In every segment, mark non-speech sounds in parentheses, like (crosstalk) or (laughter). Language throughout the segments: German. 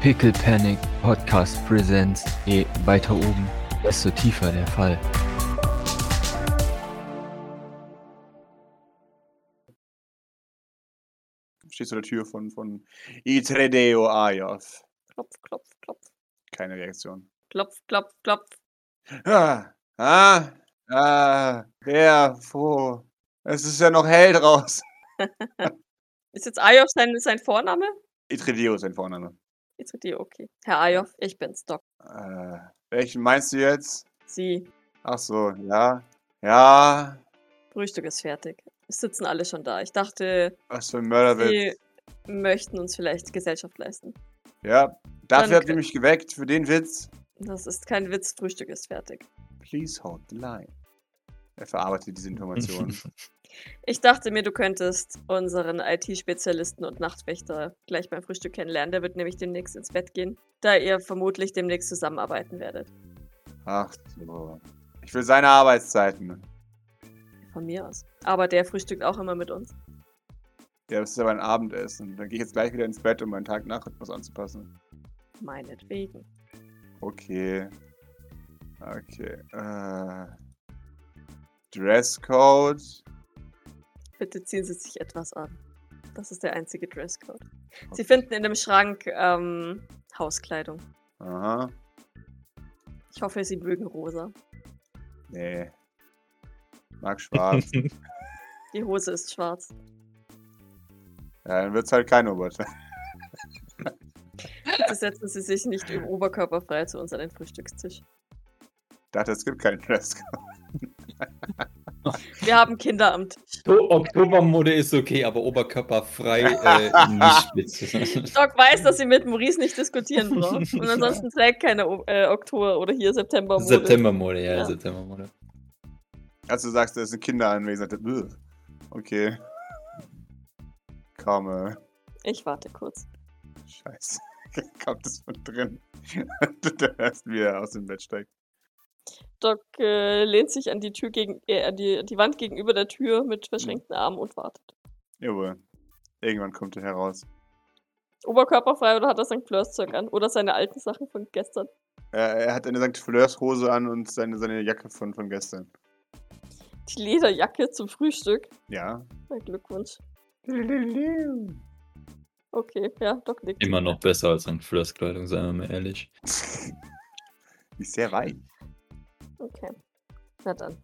Pickle Panic Podcast Presents. Je weiter oben, desto tiefer der Fall. Stehst du der Tür von, von Itredeo Ayov. Klopf, klopf, klopf, Ah, Keine Reaktion. klopf, klopf, klopf. Ah, ah, ah, wer, wo? Es ist ja noch hell (laughs) draus. Ist jetzt Ayov sein, sein Vorname? Itredeo E ist sein Vorname. Jetzt mit dir, okay. Herr Ayov, ich bin's, Doc. Äh, welchen meinst du jetzt? Sie, Ach so, ja. Ja, Frühstück ist fertig. Es sitzen alle schon da. Ich dachte, was für ein Mörderwitz. sie möchten uns vielleicht Gesellschaft leisten. Ja, dafür Dann- habt ihr mich geweckt, für den Witz. Das ist kein Witz, Frühstück ist fertig. Please hold the line. Er verarbeitet diese Informationen. Ich dachte mir, du könntest unseren IT-Spezialisten und Nachtwächter gleich beim Frühstück kennenlernen. Der wird nämlich demnächst ins Bett gehen, da ihr vermutlich demnächst zusammenarbeiten werdet. Ach so. Ich will seine Arbeitszeiten. Von mir aus. Aber der frühstückt auch immer mit uns. Ja, das ist aber ein Abendessen. Dann gehe ich jetzt gleich wieder ins Bett, um meinen Tag nach etwas anzupassen. Meinetwegen. Okay. Okay. Äh. Dresscode. Bitte ziehen Sie sich etwas an. Das ist der einzige Dresscode. Sie finden in dem Schrank ähm, Hauskleidung. Aha. Ich hoffe, Sie mögen rosa. Nee. Mag schwarz. Die Hose ist schwarz. ja, dann wird's halt kein Oberteil. Bitte setzen Sie sich nicht im Oberkörper frei zu uns an den Frühstückstisch. Ich dachte, es gibt keinen Dresscode. Wir haben Kinder am Tisch. So, Oktobermode ist okay, aber (laughs) oberkörperfrei äh, nicht bitte. Doc weiß, dass sie mit Maurice nicht diskutieren (laughs) braucht. Und ansonsten trägt keine o äh, Oktober oder hier September Mode. Septembermode, ja, Ja. Septembermode. Als du sagst, da sind Kinder anwesend. dachte ich, "Ugh." Okay. Komme. Ich warte kurz. Scheiße. (laughs) Kommt das von drin? (laughs) du hörst, wie er aus dem Bett steigt. Doc äh, lehnt sich an die Tür gegen äh, an die, die Wand gegenüber der Tür mit verschränkten Armen und wartet. Jawohl. Irgendwann kommt er heraus. Oberkörperfrei oder hat er St. Flörs-Zeug an? Oder seine alten Sachen von gestern? Er, er hat eine St. Fleurs Hose an und seine, seine Jacke von, von gestern. Die Lederjacke zum Frühstück? Ja. Na, Glückwunsch. Okay, ja, Doc nickt. Immer (laughs) noch besser als an Flirskleidung, seien wir mal ehrlich. Die ist sehr weich. Okay. Na dann.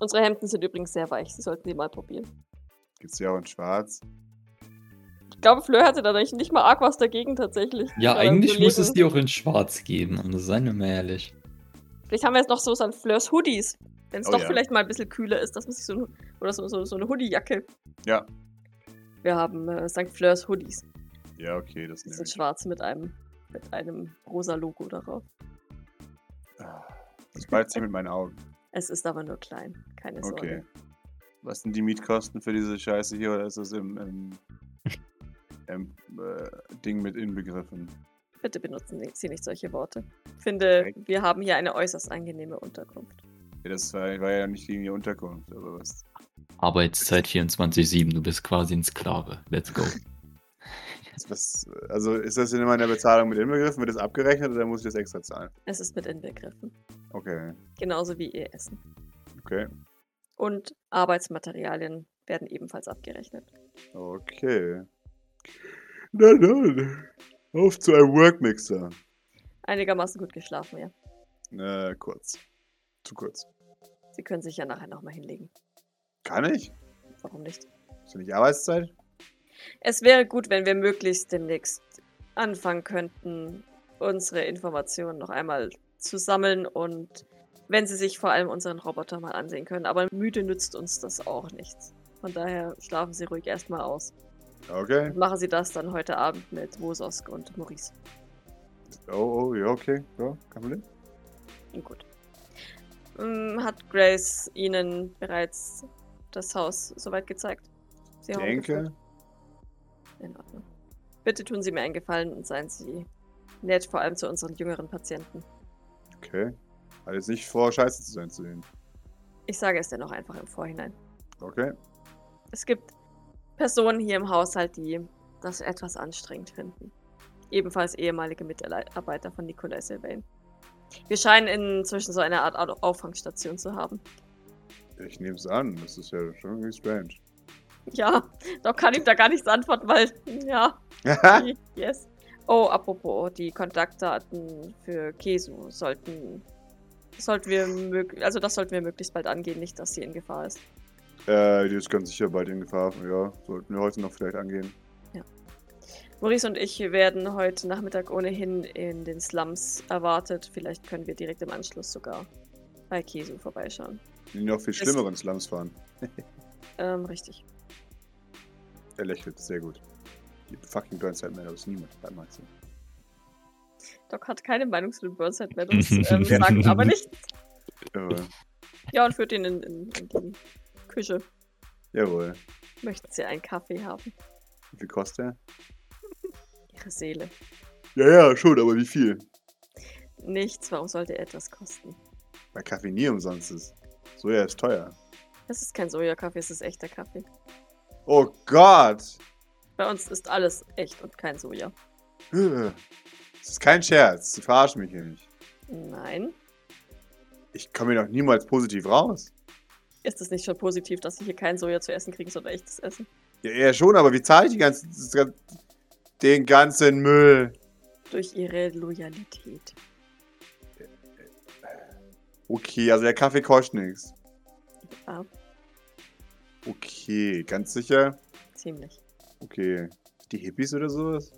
Unsere Hemden sind übrigens sehr weich. Sie sollten die mal probieren. Gibt's ja auch in schwarz. Ich glaube, Fleur hatte da nicht nicht mal arg was dagegen tatsächlich. Ja, Ähm, eigentlich Kollegen. muss es dir auch in schwarz geben, also seien wir mal ehrlich. Vielleicht haben wir jetzt noch so St. Fleurs Hoodies. Wenn es Oh doch ja. vielleicht mal ein bisschen kühler ist, dass man sich so, ein, oder so, so, so eine Hoodiejacke. Ja. Wir haben äh, St. Fleurs Hoodies. Ja, okay, das Die nehme sind ich. schwarz mit einem, mit einem rosa Logo darauf. Ah, Das beißt sich mit meinen (laughs) Augen. Es ist aber nur klein. Keine Okay. Sorge. Was sind die Mietkosten für diese Scheiße hier oder ist das im, im, im äh, Ding mit inbegriffen? Bitte benutzen Sie nicht solche Worte. Finde, Okay. wir haben hier eine äußerst angenehme Unterkunft. Ja, das war, war ja nicht gegen die Unterkunft, aber was? Arbeitszeit 24-7, du bist quasi ein Sklave. Let's (laughs) go. was also ist das in meiner Bezahlung mit inbegriffen? Wird das abgerechnet oder muss ich das extra zahlen? Es ist mit inbegriffen. Okay, Genauso wie ihr Essen. okay, Und Arbeitsmaterialien werden ebenfalls abgerechnet. okay. Na dann, auf zu einem Workmixer. Einigermaßen gut geschlafen, ja. Äh, kurz. Zu kurz. Sie können sich ja nachher nochmal hinlegen. Kann ich? Warum nicht? Ist das nicht Arbeitszeit? Es wäre gut, wenn wir möglichst demnächst anfangen könnten, unsere Informationen noch einmal zu sammeln und wenn Sie sich vor allem unseren Roboter mal ansehen können. Aber müde nützt uns das auch nichts. Von daher schlafen Sie ruhig erstmal aus. Okay. Und machen Sie das dann heute Abend mit Wososk und Maurice. Oh, oh, ja, okay. Ja, kann man Und gut. Ähm, Hat Grace Ihnen bereits das Haus soweit gezeigt? Sie Ich haben denke. geführt? In Ordnung. Bitte tun Sie mir einen Gefallen und seien Sie nett, vor allem zu unseren jüngeren Patienten. Okay. Hat jetzt nicht vor, scheiße zu sein zu ihnen. Ich sage es dennoch einfach im Vorhinein. Okay. Es gibt Personen hier im Haushalt, die das etwas anstrengend finden. ebenfalls ehemalige Mitarbeiter von Nikolai Sylvain. Wir scheinen inzwischen so eine Art Au- Auffangstation zu haben. Ich nehme es an, das ist ja schon irgendwie strange. (laughs) Ja, Doc kann ihm da gar nichts antworten, weil, ja, (laughs) yes. Oh, apropos, die Kontaktdaten für Kesu sollten, sollten wir, mög- also das sollten wir möglichst bald angehen, nicht, dass sie in Gefahr ist. äh, die ist ganz sicher bald in Gefahr. Ja, sollten wir heute noch vielleicht angehen. Maurice und ich werden heute Nachmittag ohnehin in den Slums erwartet. Vielleicht können wir direkt im Anschluss sogar bei Kesu vorbeischauen. Die noch viel schlimmeren Slums fahren. Ähm, richtig. Er lächelt sehr gut. Die fucking Burnside Man, aber ist niemand. Warte mal, so. Doc hat keine Meinung zu den Burnside Medals, ähm, sagt aber nicht. Jawohl. Ja, und führt ihn in, in, in die Küche. Jawohl. Möchten Sie einen Kaffee haben? Wie viel kostet er? Ihre Seele. Ja, ja, schon, aber wie viel? Nichts, warum sollte er etwas kosten? Weil Kaffee nie umsonst ist. Soja ist teuer. Es ist kein Sojakaffee, es ist echter Kaffee. Oh Gott! Bei uns ist alles echt und kein Soja. Das ist kein Scherz. Sie verarschen mich hier nicht. Nein. Ich komme hier noch niemals positiv raus. Ist es nicht schon positiv, dass Sie hier kein Soja zu essen kriegen, sondern echtes Essen? Ja, ja schon, aber wie zahle ich die ganzen, das gan- den ganzen Müll? Durch Ihre Loyalität. Okay, also der Kaffee kostet nichts. Ja, Okay, ganz sicher? ziemlich. Okay. Die Hippies oder sowas?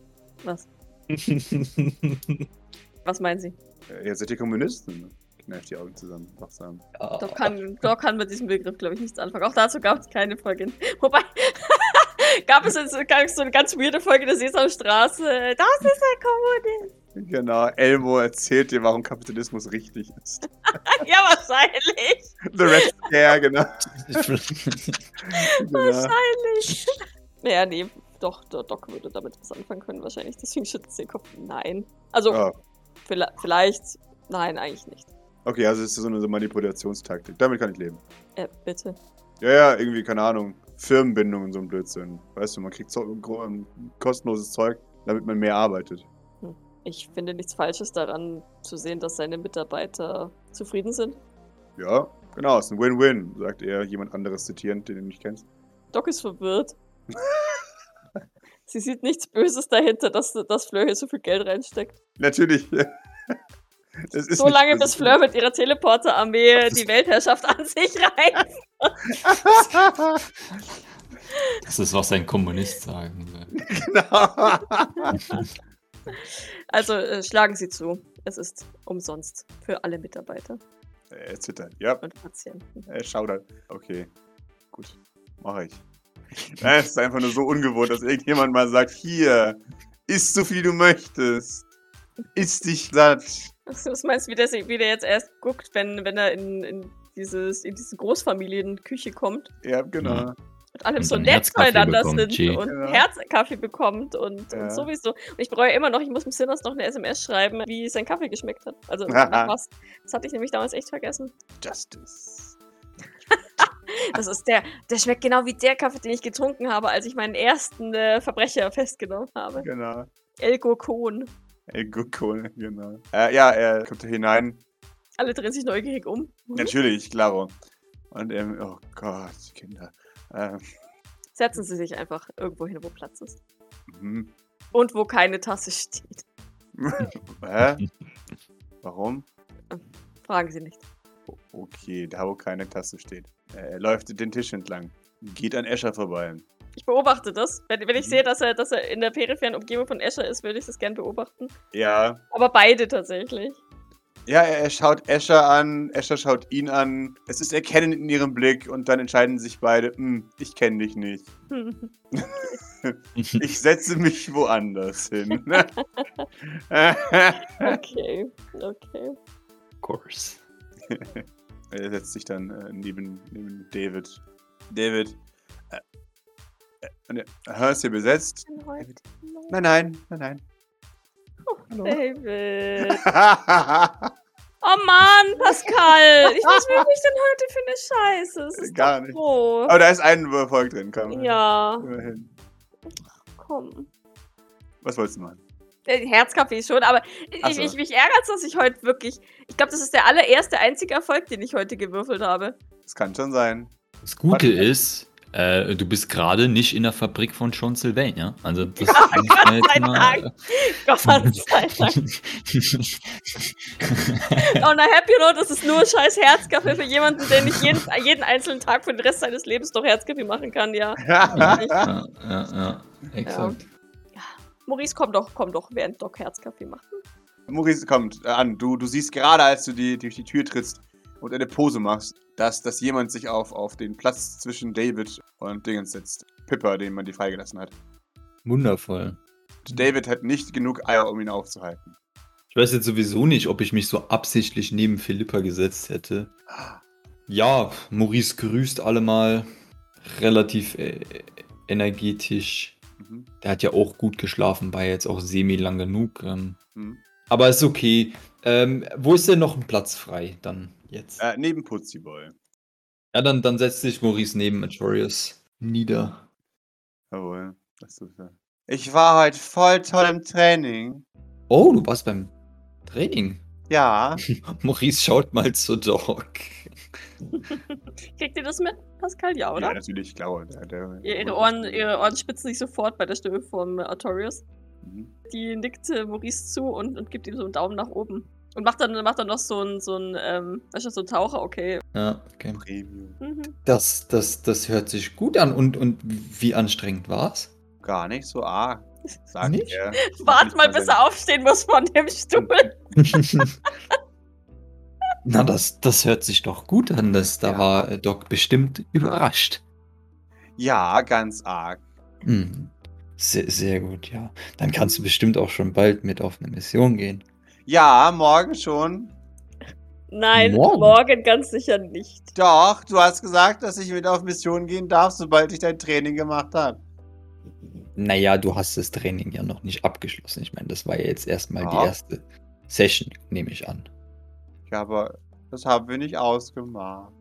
Was? Was meinen Sie? Ja, Ihr seid ihr Kommunisten? Kneift die Augen zusammen, wachsam. (laughs) Doc kann, Doc kann mit diesem Begriff, glaube ich, nichts anfangen. Auch dazu gab es keine Folge. Wobei, (laughs) gab es jetzt gar- so eine ganz weirde Folge der Sesamstraße. Das ist ein Kommunist. Genau, Elmo erzählt dir, warum Kapitalismus richtig ist. (laughs) Ja, wahrscheinlich. The rest, (laughs) ja, genau. genau. Wahrscheinlich. Naja, nee, doch, der Doc würde damit was anfangen können, wahrscheinlich. Deswegen schützt den Kopf. Nein. Also, Oh, vla- vielleicht. Nein, eigentlich nicht. okay, also es ist so eine so Manipulationstaktik. Damit kann ich leben. Äh, bitte. Ja, ja, irgendwie, keine Ahnung. Firmenbindung und so ein Blödsinn. Weißt du, man kriegt so gro- ähm, kostenloses Zeug, damit man mehr arbeitet. Ich finde nichts Falsches daran zu sehen, dass seine Mitarbeiter zufrieden sind. Ja, genau, ist ein Win-Win, sagt er, jemand anderes zitierend, den du nicht kennst. Doc ist verwirrt. Sie sieht nichts Böses dahinter, dass, dass Fleur hier so viel Geld reinsteckt. Natürlich. (laughs) Es ist So lange, nicht- bis Fleur mit ihrer Teleporter-Armee die Weltherrschaft an sich reißt. Das ist, was ein Kommunist sagen will. (laughs) genau. (laughs) Also äh, schlagen Sie zu. Es ist umsonst für alle Mitarbeiter Er zittert, ja, und Patienten. (laughs) er schaudert. Äh, Okay, gut, mache ich. (laughs) Nein, Es ist einfach nur so ungewohnt, dass irgendjemand mal sagt, hier, isst so viel du möchtest. Isst dich satt. Also, Was meinst du, wie der, sich- wie der jetzt erst guckt, wenn, wenn er in, in, dieses, in diese Großfamilienküche kommt Ja, genau. und alle Und so einen nett Herzkaffee zueinander bekommt, sind G. und Ja. Herzkaffee bekommt und, Ja. und sowieso. Und ich bereue immer noch, ich muss dem Sinners noch eine SMS schreiben, wie sein Kaffee geschmeckt hat. (laughs) Also nach was. Das hatte ich nämlich damals echt vergessen. Justice. Das ist der, der schmeckt genau wie der Kaffee, den ich getrunken habe, als ich meinen ersten äh, Verbrecher festgenommen habe. Genau. Elgo Kohn. Ey, Gucko, genau. Äh, ja, er kommt da hinein. Alle drehen sich neugierig um. Natürlich, klaro. Und ähm, oh Gott, Kinder. Ähm, Setzen Sie sich einfach irgendwo hin, wo Platz ist. mhm. Und wo keine Tasse steht. (laughs) Hä? Warum? Fragen Sie nicht. O- Okay, da wo keine Tasse steht. Äh, Er läuft den Tisch entlang. Geht an Escher vorbei. Ich beobachte das. Wenn, Mhm. wenn ich sehe, dass er, dass er in der peripheren Umgebung von Escher ist, würde ich das gern beobachten. Ja. Aber (laughs) beide tatsächlich. Ja, er er schaut Escher an, Escher schaut ihn an. Es ist Erkennen in ihrem Blick und dann entscheiden sich beide, "Hm, ich kenne dich (laughs) nicht. Hm. Ich setze mich woanders (laughs) hin. Okay, okay. Of course. Er setzt sich dann äh, neben, neben David. David. Äh, äh, und er- aha, ist hier besetzt? Heute Nein, nein, nein, nein. David. Hallo. Oh Mann, Pascal. Ich, was will ich denn heute für eine Scheiße? (laughs) Es ist Gar doch nicht. so. Aber da ist ein Erfolg ähm, drin, komm. Ja, Immerhin. komm. Was wolltest du machen? den Herzkaffee schon, aber Ach ich, so. ich, mich ärgert dass ich heute wirklich. Ich glaube, das ist der allererste einzige Erfolg, den ich heute (laughs) gewürfelt habe. Das kann schon (laughs) sein. Das Gute ist, äh, du bist gerade nicht in der Fabrik von John Sylvania. Also (laughs) das muss man jetzt sei mal- Gott sei (laughs) Dank. On a Oh, Happy Road ist es nur scheiß Herzkaffee für jemanden, der nicht jeden, jeden einzelnen Tag für den Rest seines Lebens noch Herzkaffee machen kann, ja. ja, ja, ja, exakt. Maurice, komm doch, komm doch, während Doc Herzkaffee macht. Maurice kommt äh, an. Du, du siehst gerade, als du die, durch die Tür trittst und eine Pose machst, dass, dass jemand sich auf, auf den Platz zwischen David und Dingens setzt. Pippa, den man die freigelassen hat. Wundervoll. David hat nicht genug Eier, um ihn aufzuhalten. Ich weiß jetzt sowieso nicht, ob ich mich so absichtlich neben Philippa gesetzt hätte. Ja, Maurice grüßt allemal. Relativ äh, energetisch. Mhm. Der hat ja auch gut geschlafen, war ja jetzt auch semi-lang genug. Ähm, Mhm. aber ist okay. Ähm, wo ist denn noch ein Platz frei dann jetzt? Äh, neben Putziboy. Ja, dann, dann setzt sich Maurice neben Artorius nieder. Jawohl. Das tut er. Ich war heute voll toll im Training. Oh, du warst beim Training. (laughs) Ja. Maurice schaut mal zu Doc. Kriegt ihr das mit, Pascal? Ja, oder? Ja, natürlich, ich glaube. Der, der, Ihr- Ihre, Ohren, ihre Ohren spitzen sich sofort bei der Stimme von Artorius. Mhm. Die nickt äh, Maurice zu und, und gibt ihm so einen Daumen nach oben. Und macht dann, macht dann noch so ein, so ein, ähm, weißt du, so ein Taucher, okay. Ja, okay. Premium. Mhm. Das, das, das hört sich gut an. Und, und wie (laughs) anstrengend war's? Gar nicht so arg. Sagt Nicht? er. (laughs) Wart mal, bis er aufstehen muss von dem Stuhl. Na, das, das hört sich doch gut an. Das, da Ja. war äh, Doc bestimmt überrascht. Ja, ganz arg. Hm. Sehr, sehr gut, ja. Dann kannst du bestimmt auch schon bald mit auf eine Mission gehen. Ja, morgen schon. Nein, Morgen? morgen. ganz sicher nicht. Doch, du hast gesagt, dass ich mit auf Mission gehen darf, sobald ich dein Training gemacht habe. Naja, du hast das Training ja noch nicht abgeschlossen. Ich meine, das war ja jetzt erstmal Ja. die erste Session, nehme ich an. Ja, aber das haben wir nicht ausgemacht.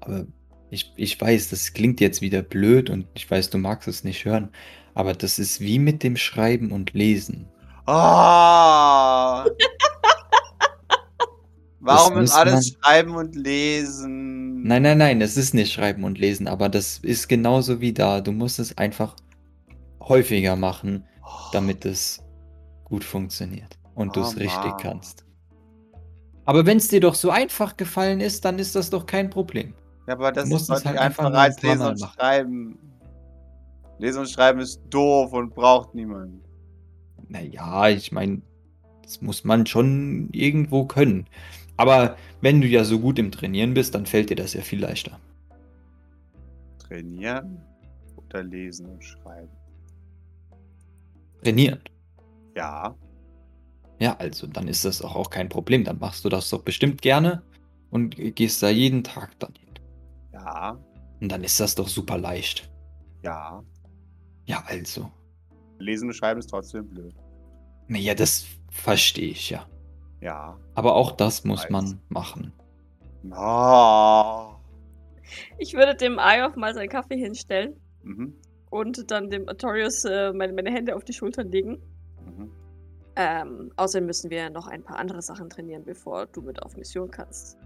Aber ich, ich weiß, das klingt jetzt wieder blöd und ich weiß, du magst es nicht hören. Aber das ist wie mit dem Schreiben und Lesen. (laughs) Ah! Warum Das ist muss alles Schreiben und Lesen? Nein, nein, nein, es ist nicht Schreiben und Lesen, aber das ist genauso wie da. Du musst es einfach häufiger machen, damit es gut funktioniert und du Oh es richtig Mann. kannst. Aber wenn es dir doch so einfach gefallen ist, dann ist das doch kein Problem. Ja, aber das Du ist musst es deutlich halt einfach einfacher nur ein als paar Lesen Mal und machen. Schreiben. Lesen und Schreiben ist doof und braucht niemand. Naja, ich meine, das muss man schon irgendwo können. Aber wenn du ja so gut im Trainieren bist, dann fällt dir das ja viel leichter. Trainieren oder lesen und schreiben? Trainieren. Ja, Ja, also dann ist das auch, auch kein Problem. Dann machst du das doch bestimmt gerne und gehst da jeden Tag dann hin. ja, Und dann ist das doch super leicht. ja. Ja, also. Lesen und schreiben ist trotzdem blöd. Naja, das verstehe ich ja. Ja. Aber auch das muss Weiß. man machen. Oh. Ich würde dem Eye mal seinen Kaffee hinstellen. Mhm. und dann dem Artorius äh, meine, meine Hände auf die Schultern legen. Mhm. Ähm, außerdem müssen wir noch ein paar andere Sachen trainieren, bevor du mit auf Mission kannst.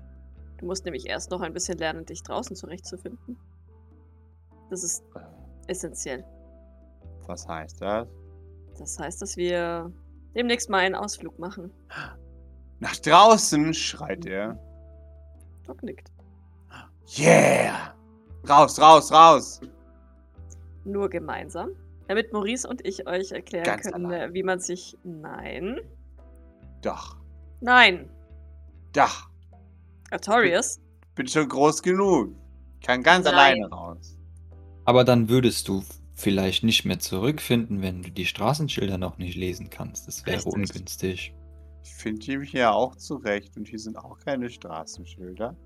Du musst nämlich erst noch ein bisschen lernen, dich draußen zurechtzufinden. Das ist essentiell. Was heißt das? Das heißt, dass wir demnächst mal einen Ausflug machen. Nach draußen schreit er. Doc nickt. Yeah! Raus, raus, raus! Nur gemeinsam. Damit Maurice und ich euch erklären Ganz können, allein. äh, wie man sich. Nein. Doch, Nein! doch. Artorius, Bin schon groß genug. Kann ganz Nein. alleine raus. Aber dann würdest du vielleicht nicht mehr zurückfinden, wenn du die Straßenschilder noch nicht lesen kannst. Das wäre Richtig. ungünstig. Ich finde mich ja auch zurecht und hier sind auch keine Straßenschilder.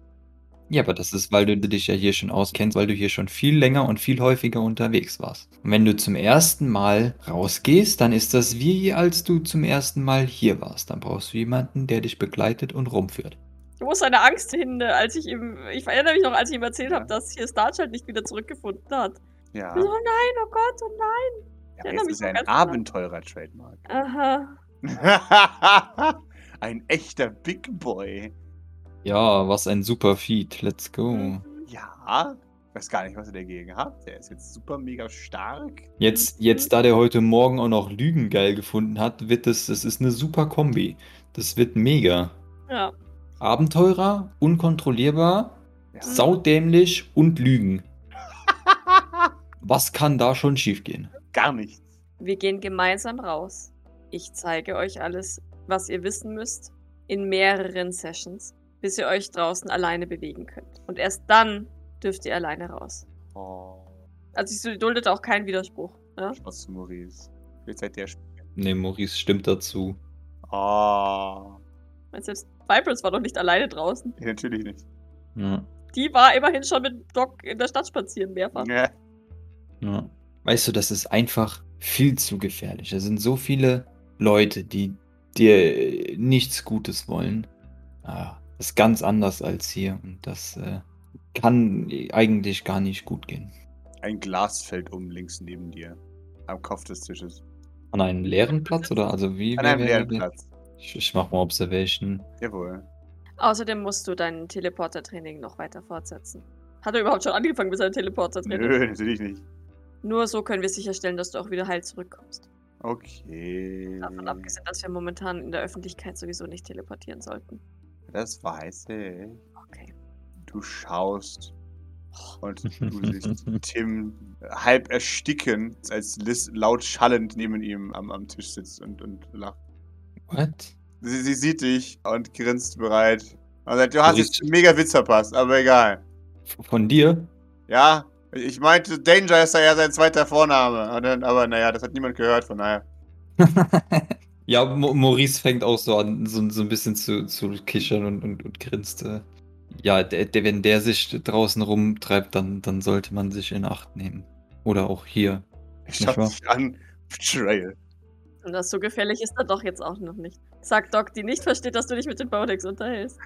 Ja, aber das ist, weil du dich ja hier schon auskennst, weil du hier schon viel länger und viel häufiger unterwegs warst. Und wenn du zum ersten Mal rausgehst, dann ist das wie als du zum ersten Mal hier warst. Dann brauchst du jemanden, der dich begleitet und rumführt. Du musst seine Angst hin, äh, als ich ihm. Ich erinnere mich noch, als ich ihm erzählt Ja. Ah. habe, dass hier Starchild nicht wieder zurückgefunden hat. Ja. Ich so, Oh nein, oh Gott, oh nein. aber erinnere jetzt mich ist noch er ein ganz genau. abenteurer Trademark. (laughs) Aha. ein echter Big Boy. Ja, was ein super Feed. Let's go. Mhm. Ja, weiß gar nicht, was ihr dagegen habt. Der ist jetzt super mega stark. Jetzt, jetzt, da der heute Morgen auch noch Lügen geil gefunden hat, wird es, das ist eine super Kombi. Das wird mega. Ja. Abenteurer, unkontrollierbar, Ja. saudämlich (laughs) und Lügen. Was kann da schon schiefgehen? Gar nichts. Wir gehen gemeinsam raus. Ich zeige euch alles, was ihr wissen müsst, in mehreren Sessions, bis ihr euch draußen alleine bewegen könnt. Und erst dann dürft ihr alleine raus. Oh, Also ich duldet auch keinen Widerspruch. Ne? Schluss zu Maurice. Jetzt seid ihr. sp- Ne, Maurice stimmt dazu. Oh, Weil Selbst Vibrance war doch nicht alleine draußen. ja, (laughs) natürlich nicht. Ja, Die war immerhin schon mit Doc in der Stadt spazieren, mehrfach. Ja. ja. Weißt du, das ist einfach viel zu gefährlich. Da sind so viele Leute, die dir äh, nichts Gutes wollen. Ah, das ist ganz anders als hier und das äh, kann eigentlich gar nicht gut gehen. Ein Glas fällt um links neben dir. Am Kopf des Tisches. An einem leeren Platz oder also wie? An wie- einem wie- leeren wie- Platz. Ich, ich mach mal Observation. Jawohl. Außerdem musst du dein Teleporter-Training noch weiter fortsetzen. Hat er überhaupt schon angefangen mit seinem Teleporter-Training? Nö, natürlich nicht. Nur so können wir sicherstellen, dass du auch wieder heil zurückkommst. Okay. Davon abgesehen, dass wir momentan in der Öffentlichkeit sowieso nicht teleportieren sollten. Das weiß ich. Okay. Du schaust und du siehst Tim halb ersticken, als Liz laut schallend neben ihm am, am Tisch sitzt und, und lacht. What? Sie, sie sieht dich und grinst bereit. Und sagt, du hast jetzt Richtig. einen mega Witz verpasst, aber egal. Von dir? Ja, ich meinte, Danger ist da ja sein zweiter Vorname. Und dann, aber naja, das hat niemand gehört, von daher. ja, Mo Maurice fängt auch so an, so, so ein bisschen zu, zu kichern und, und, und grinst. äh. Ja, der, der, wenn der sich draußen rumtreibt, dann, dann sollte man sich in Acht nehmen. Oder auch hier. Ich Nicht schau wahr? dich an. Betrayal. Und das so gefährlich ist er doch jetzt auch noch nicht. Sagt Doc, die nicht versteht, dass du dich mit den Bodex unterhältst.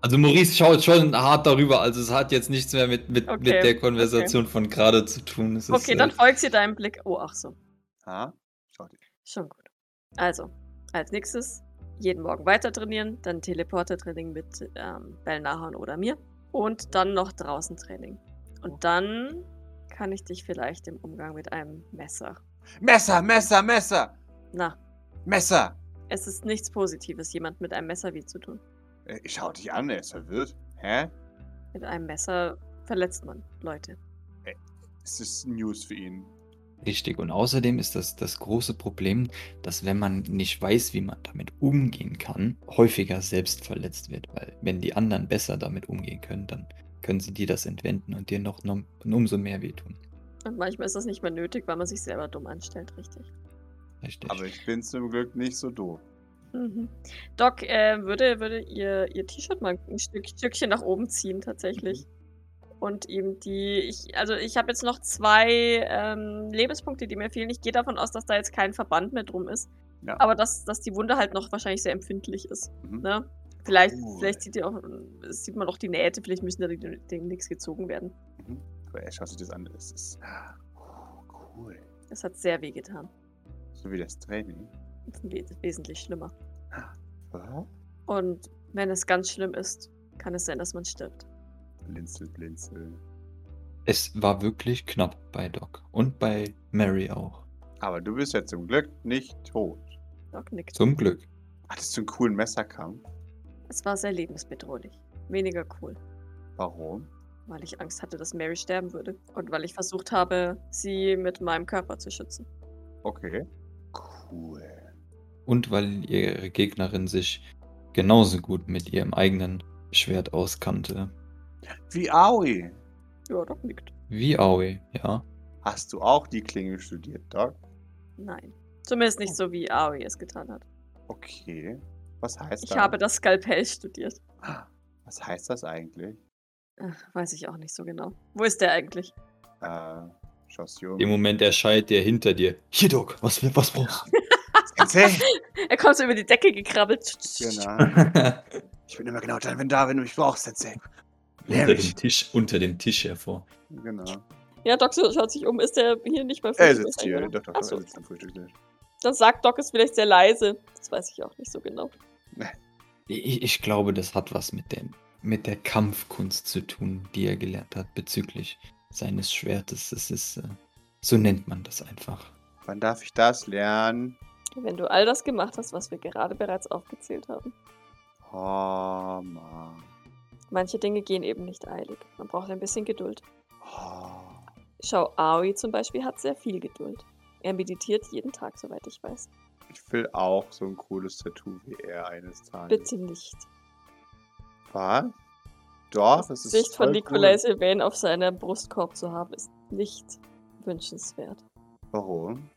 Also Maurice schaut schon hart darüber. Also es hat jetzt nichts mehr mit, mit, Okay, mit der Konversation von gerade zu tun. Es Okay, ist, dann äh, folgt sie deinem Blick. Oh, ach so. Ha? Schau dich. Schon gut. Also, als nächstes jeden Morgen weiter trainieren, dann Teleporter-Training mit ähm, Bellnahorn oder mir und dann noch draußen Training. Und dann kann ich dich vielleicht im Umgang mit einem Messer. Messer, Messer, Messer! Na, Messer! es ist nichts Positives, jemand mit einem Messer wie zu tun. Äh, Ich schau dich an, er ist verwirrt. Hä? Mit einem Messer verletzt man Leute. Es ist News für ihn. Richtig. Und außerdem ist das das große Problem, dass wenn man nicht weiß, wie man damit umgehen kann, häufiger selbst verletzt wird. Weil wenn die anderen besser damit umgehen können, dann können sie dir das entwenden und dir noch, noch umso mehr wehtun. Und manchmal ist das nicht mehr nötig, weil man sich selber dumm anstellt, richtig. Richtig. Aber ich bin zum Glück nicht so doof. Mhm. Doc, äh, würde, würde ihr, ihr T-Shirt mal ein Stück, Stückchen nach oben ziehen, tatsächlich. Mhm. Und ihm die. Ich, also, ich habe jetzt noch zwei ähm, Lebenspunkte, die mir fehlen. Ich gehe davon aus, dass da jetzt kein Verband mehr drum ist. Ja. Aber dass, dass die Wunde halt noch wahrscheinlich sehr empfindlich ist. Mhm. Ne? Vielleicht, Cool. vielleicht sieht, ihr auch, sieht man auch die Nähte, vielleicht müssen da die- demnächst gezogen werden. Mhm. Aber er schaut sich das an. Es ist Puh, cool. Das hat sehr weh getan. So wie das Training. We wesentlich schlimmer. Was? Und wenn es ganz schlimm ist, kann es sein, dass man stirbt. Blinzel, blinzel. es war wirklich knapp bei Doc und bei Mary auch. Aber du bist ja zum Glück nicht tot. Doc nickt. Zum Glück. Hattest du einen coolen Messerkampf? Es war sehr lebensbedrohlich. Weniger cool, Warum? weil ich Angst hatte, dass Mary sterben würde. Und weil ich versucht habe, sie mit meinem Körper zu schützen. Okay. Cool. Und weil ihre Gegnerin sich genauso gut mit ihrem eigenen Schwert auskannte. Wie Aoi. Ja, Doc nickt. Wie Aoi, ja. Hast du auch die Klinge studiert, Doc? Nein. Zumindest nicht so, wie Aoi es getan hat. Okay. Was heißt Ich das? Ah, habe das Skalpell studiert. Was heißt das eigentlich? Ach, weiß ich auch nicht so genau. Wo ist der eigentlich? Äh, schaust du Im um. Moment erscheint der hinter dir. Hier, Doc, was, was brauchst du? Erzähl! (laughs) Er kommt so über die Decke gekrabbelt. genau. Ich bin immer genau dann, wenn da, wenn du mich brauchst, erzähl. Unter dem Tisch, unter dem Tisch hervor. (laughs) Genau. Ja, Doc so- schaut sich um. Ist der hier nicht beim Er Frühstück? sitzt hier. Doch, doch, Ach doch, so. er sitzt am Frühstückstisch. Dann sagt Doc es vielleicht sehr leise. Das weiß ich auch nicht so genau. Ich, ich glaube, das hat was mit, dem, mit der Kampfkunst zu tun, die er gelernt hat bezüglich seines Schwertes. Das ist, äh, so nennt man das einfach. Wann darf ich das lernen? Wenn du all das gemacht hast, was wir gerade bereits aufgezählt haben. Oh, Mann. Manche Dinge gehen eben nicht eilig. Man braucht ein bisschen Geduld. Oh. Schau, Aoi zum Beispiel hat sehr viel Geduld. Er meditiert jeden Tag, soweit ich weiß. Ich will auch so ein cooles Tattoo wie er eines Tages. Bitte nicht. Was? Doch, das das ist Gesicht von voll Nikolai Sylvain auf seinem Brustkorb zu haben, ist nicht wünschenswert. Cool. Warum?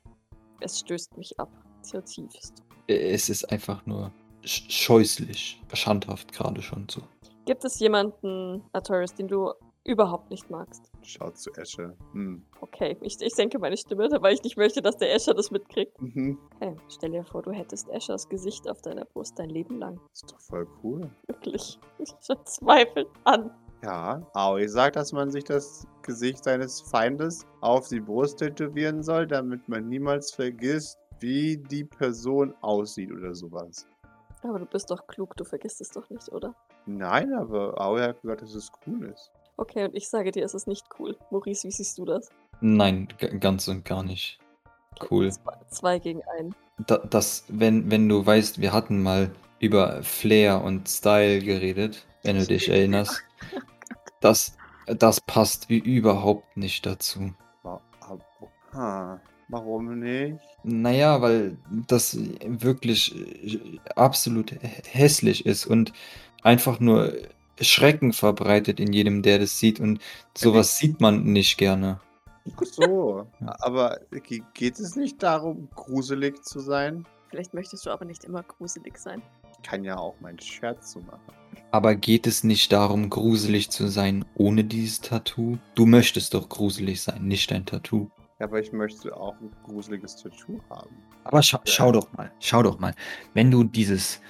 Es stößt mich ab. Zutiefst. Äh, Es ist einfach nur sch scheußlich, schandhaft gerade schon so. Gibt es jemanden, Arturis, den du überhaupt nicht magst? Schaut zu Esche. Hm. Okay, ich, ich senke meine Stimme, weil ich nicht möchte, dass der Escher das mitkriegt. Mhm. Okay, stell dir vor, du hättest Eschers Gesicht auf deiner Brust dein Leben lang. (laughs) Ist doch voll cool. Wirklich. Ich zweifle an. Ja, Aoi sagt, dass man sich das Gesicht seines Feindes auf die Brust tätowieren soll, damit man niemals vergisst, wie die Person aussieht oder sowas. Aber du bist doch klug, du vergisst es doch nicht, oder? Nein, aber Aoi hat gesagt, dass es cool ist. Okay, und ich sage dir, es ist nicht cool. Maurice, wie siehst du das? Nein, g- ganz und gar nicht. Cool. Zwei, zwei gegen einen. Da, das, wenn, wenn du weißt, wir hatten mal über Flair und Style geredet, wenn du dich erinnerst. Das, das passt wie überhaupt nicht dazu. Wa- ab- Ha, warum nicht? Naja, weil das wirklich äh, absolut hä- hässlich ist und einfach nur Schrecken verbreitet in jedem, der das sieht. Und sowas sieht man nicht gerne. Ach So, Ja. aber ge- geht es nicht darum, gruselig zu sein? Vielleicht möchtest du aber nicht immer gruselig sein. Ich kann ja auch meinen Scherz so machen. Aber geht es nicht darum, gruselig zu sein ohne dieses Tattoo? Du möchtest doch gruselig sein, nicht ein Tattoo. Ja, Aber ich möchte auch ein gruseliges Tattoo haben. Aber scha schau doch mal, schau doch mal. Wenn du dieses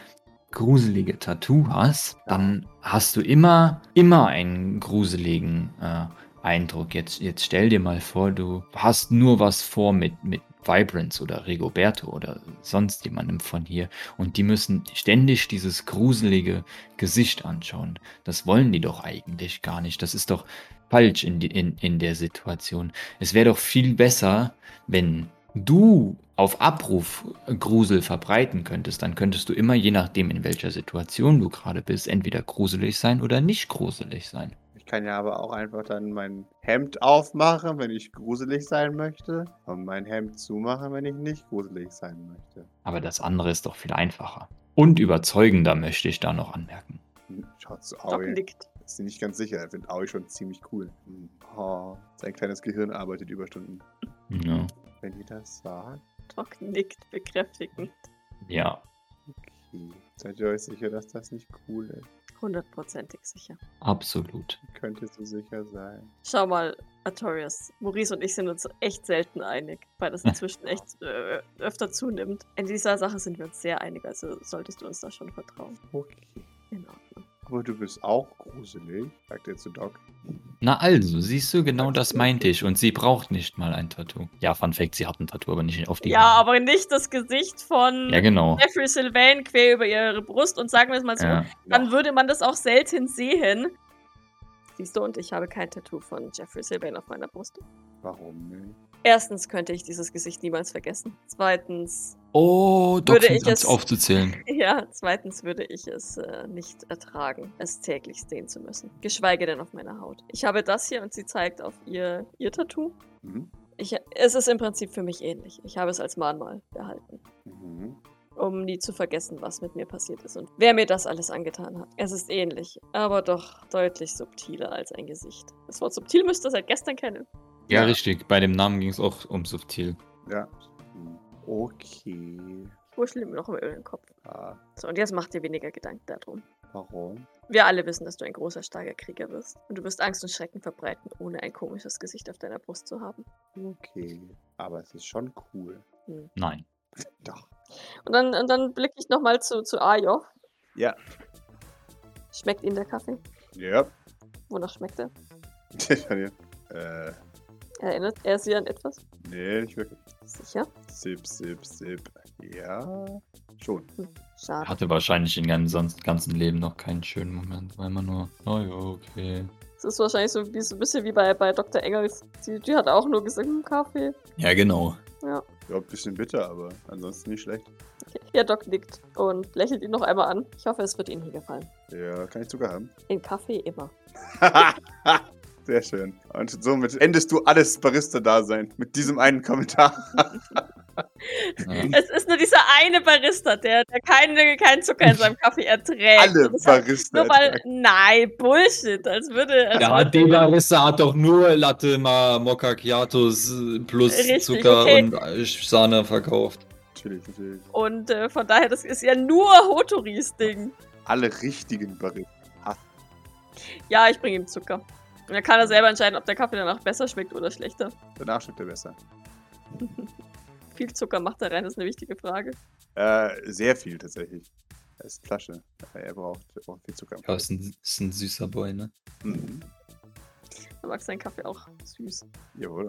gruselige Tattoo hast, dann hast du immer, immer einen gruseligen äh, Eindruck. Jetzt, jetzt stell dir mal vor, du hast nur was vor mit, mit Vibrance oder Rigoberto oder sonst jemandem von hier und die müssen ständig dieses gruselige Gesicht anschauen. Das wollen die doch eigentlich gar nicht. Das ist doch falsch in, die, in, in der Situation. Es wäre doch viel besser, wenn du auf Abruf Grusel verbreiten könntest, dann könntest du immer, je nachdem, in welcher Situation du gerade bist, entweder gruselig sein oder nicht gruselig sein. Ich kann ja aber auch einfach dann mein Hemd aufmachen, wenn ich gruselig sein möchte. Und mein Hemd zumachen, wenn ich nicht gruselig sein möchte. Aber das andere ist doch viel einfacher. Und überzeugender möchte ich da noch anmerken. Hm, Schaut zu Doc Aoi. nickt. Ist sie nicht ganz sicher. Er findet Aoi schon ziemlich cool. Hm. Oh, sein kleines Gehirn arbeitet Überstunden. Ja. Wenn ihr das sagt, Doc nickt bekräftigend. ja. okay. Seid ihr euch sicher, dass das nicht cool ist? Hundertprozentig sicher. Absolut. Könnt ihr so sicher sein? Schau mal, Artorius. Maurice und ich sind uns echt selten einig, weil das inzwischen echt äh, öfter zunimmt. In dieser Sache sind wir uns sehr einig, also solltest du uns da schon vertrauen. Okay. In Ordnung. Aber du bist auch gruselig, sagt er zu Doc. Na also, siehst du, genau das meinte ich. Und sie braucht nicht mal ein Tattoo. Ja, Fun Fact, sie hat ein Tattoo, aber nicht auf die Ja, Hand. aber nicht das Gesicht von Ja, genau. Jeffrey Sylvain quer über ihre Brust und sagen wir es mal so, Ja. dann würde man das auch selten sehen. Siehst du, und ich habe kein Tattoo von Jeffrey Sylvain auf meiner Brust. Warum nicht? Erstens könnte ich dieses Gesicht niemals vergessen. Zweitens, (laughs) Oh, Doc Würde fängt ich an es- aufzuzählen. ja, zweitens würde ich es äh, nicht ertragen, es täglich sehen zu müssen. Geschweige denn auf meiner Haut. Ich habe das hier und sie zeigt auf ihr, ihr Tattoo. Mhm. Ich, es ist im Prinzip für mich ähnlich. Ich habe es als Mahnmal behalten. Mhm. um nie zu vergessen, was mit mir passiert ist und wer mir das alles angetan hat. Es ist ähnlich, aber doch deutlich subtiler als ein Gesicht. Das Wort subtil müsst ihr seit gestern kennen. Ja, richtig. Bei dem Namen ging es auch um subtil. Ja. Mhm. Okay. Ich wurschtel ihm noch im Öl im Kopf. Ja. So, und jetzt mach dir weniger Gedanken darum. Warum? Wir alle wissen, dass du ein großer, starker Krieger wirst. Und du wirst Angst und Schrecken verbreiten, ohne ein komisches Gesicht auf deiner Brust zu haben. Okay. Aber es ist schon cool. Mhm. Nein. Doch. Und dann, und dann blicke ich nochmal zu, zu Ajo. Ja. (laughs) Schmeckt ihm der Kaffee? Ja. Wonach schmeckt er? äh, Erinnert er sie an etwas? Nee, nicht wirklich. Sicher? Sip, sip, sip. Ja, schon. Schade. Hatte wahrscheinlich in ganz, sonst ganzen Leben noch keinen schönen Moment, weil man nur, naja, okay. Es ist wahrscheinlich so, wie, so ein bisschen wie bei, bei Dr. Engels. Die, die hat auch nur gesagt, hm, Kaffee. Ja, genau. Ja, ein bisschen bitter, aber ansonsten nicht schlecht. Okay. Ja, Doc nickt und lächelt ihn noch einmal an. Ich hoffe, es wird Ihnen hier gefallen. Ja, kann ich Zucker haben. (laughs) In Kaffee immer. Sehr schön. Und somit endest du alles Barista-Dasein mit diesem einen Kommentar. Ja. Es ist nur dieser eine Barista, der, der keine, keinen Zucker in seinem Kaffee erträgt. Alle Und Äh, das hat- Barista. Nur weil, nein, Bullshit. Als würde. Als Ja, der Barista hat doch nur Latte Ma Moccacchiatos äh, plus Richtig, Zucker okay. und äh, Sahne verkauft. Natürlich, natürlich. Und äh, von daher, das ist ja nur Hotoris Ding. Alle richtigen Barista. Ja, ich bringe ihm Zucker. Und dann kann er selber entscheiden, ob der Kaffee danach besser schmeckt oder schlechter. Danach schmeckt er besser. Viel Zucker macht er rein, ist eine wichtige Frage. Äh, sehr viel tatsächlich. Er ist Flasche. Er braucht, er braucht viel Zucker. Ja, ist ein, ist ein süßer Boy, ne? Mhm. Er mag seinen Kaffee auch süß. Jawohl.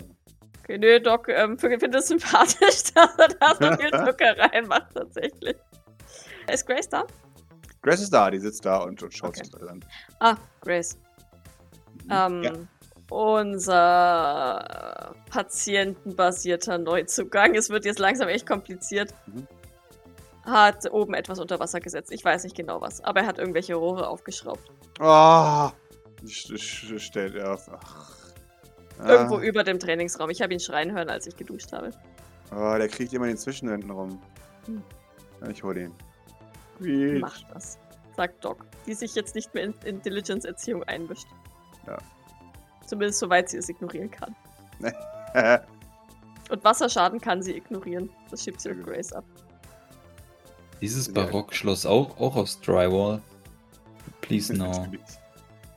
Okay, nö, Doc, ähm, findet es sympathisch, (laughs) dass er da so (laughs) viel Zucker reinmacht, tatsächlich. Ist Grace da? Grace ist da, die sitzt da und, und schaut Okay. sich das an. Ah, Grace. Mhm. Ähm, Ja. Unser patientenbasierter Neuzugang, es wird jetzt langsam echt kompliziert, Mhm. hat oben etwas unter Wasser gesetzt. Ich weiß nicht genau was, aber er hat irgendwelche Rohre aufgeschraubt. Ah! Sch- sch- Stellt er auf. Ach. Irgendwo Ah. über dem Trainingsraum. Ich habe ihn schreien hören, als ich geduscht habe. Oh, der kriegt immer den Zwischenhänden rum. Hm. Ja, Ich hol ihn. Quietsch. Mach das, sagt Doc, die sich jetzt nicht mehr in Intelligence-Erziehung einmischt. Ja. Zumindest soweit sie es ignorieren kann. Äh, Und Wasserschaden kann sie ignorieren. Das schiebt sie Sehr auf gut. Grace ab. Dieses Ja. Barockschloss auch, auch aus Drywall. (laughs) Please no. natürlich.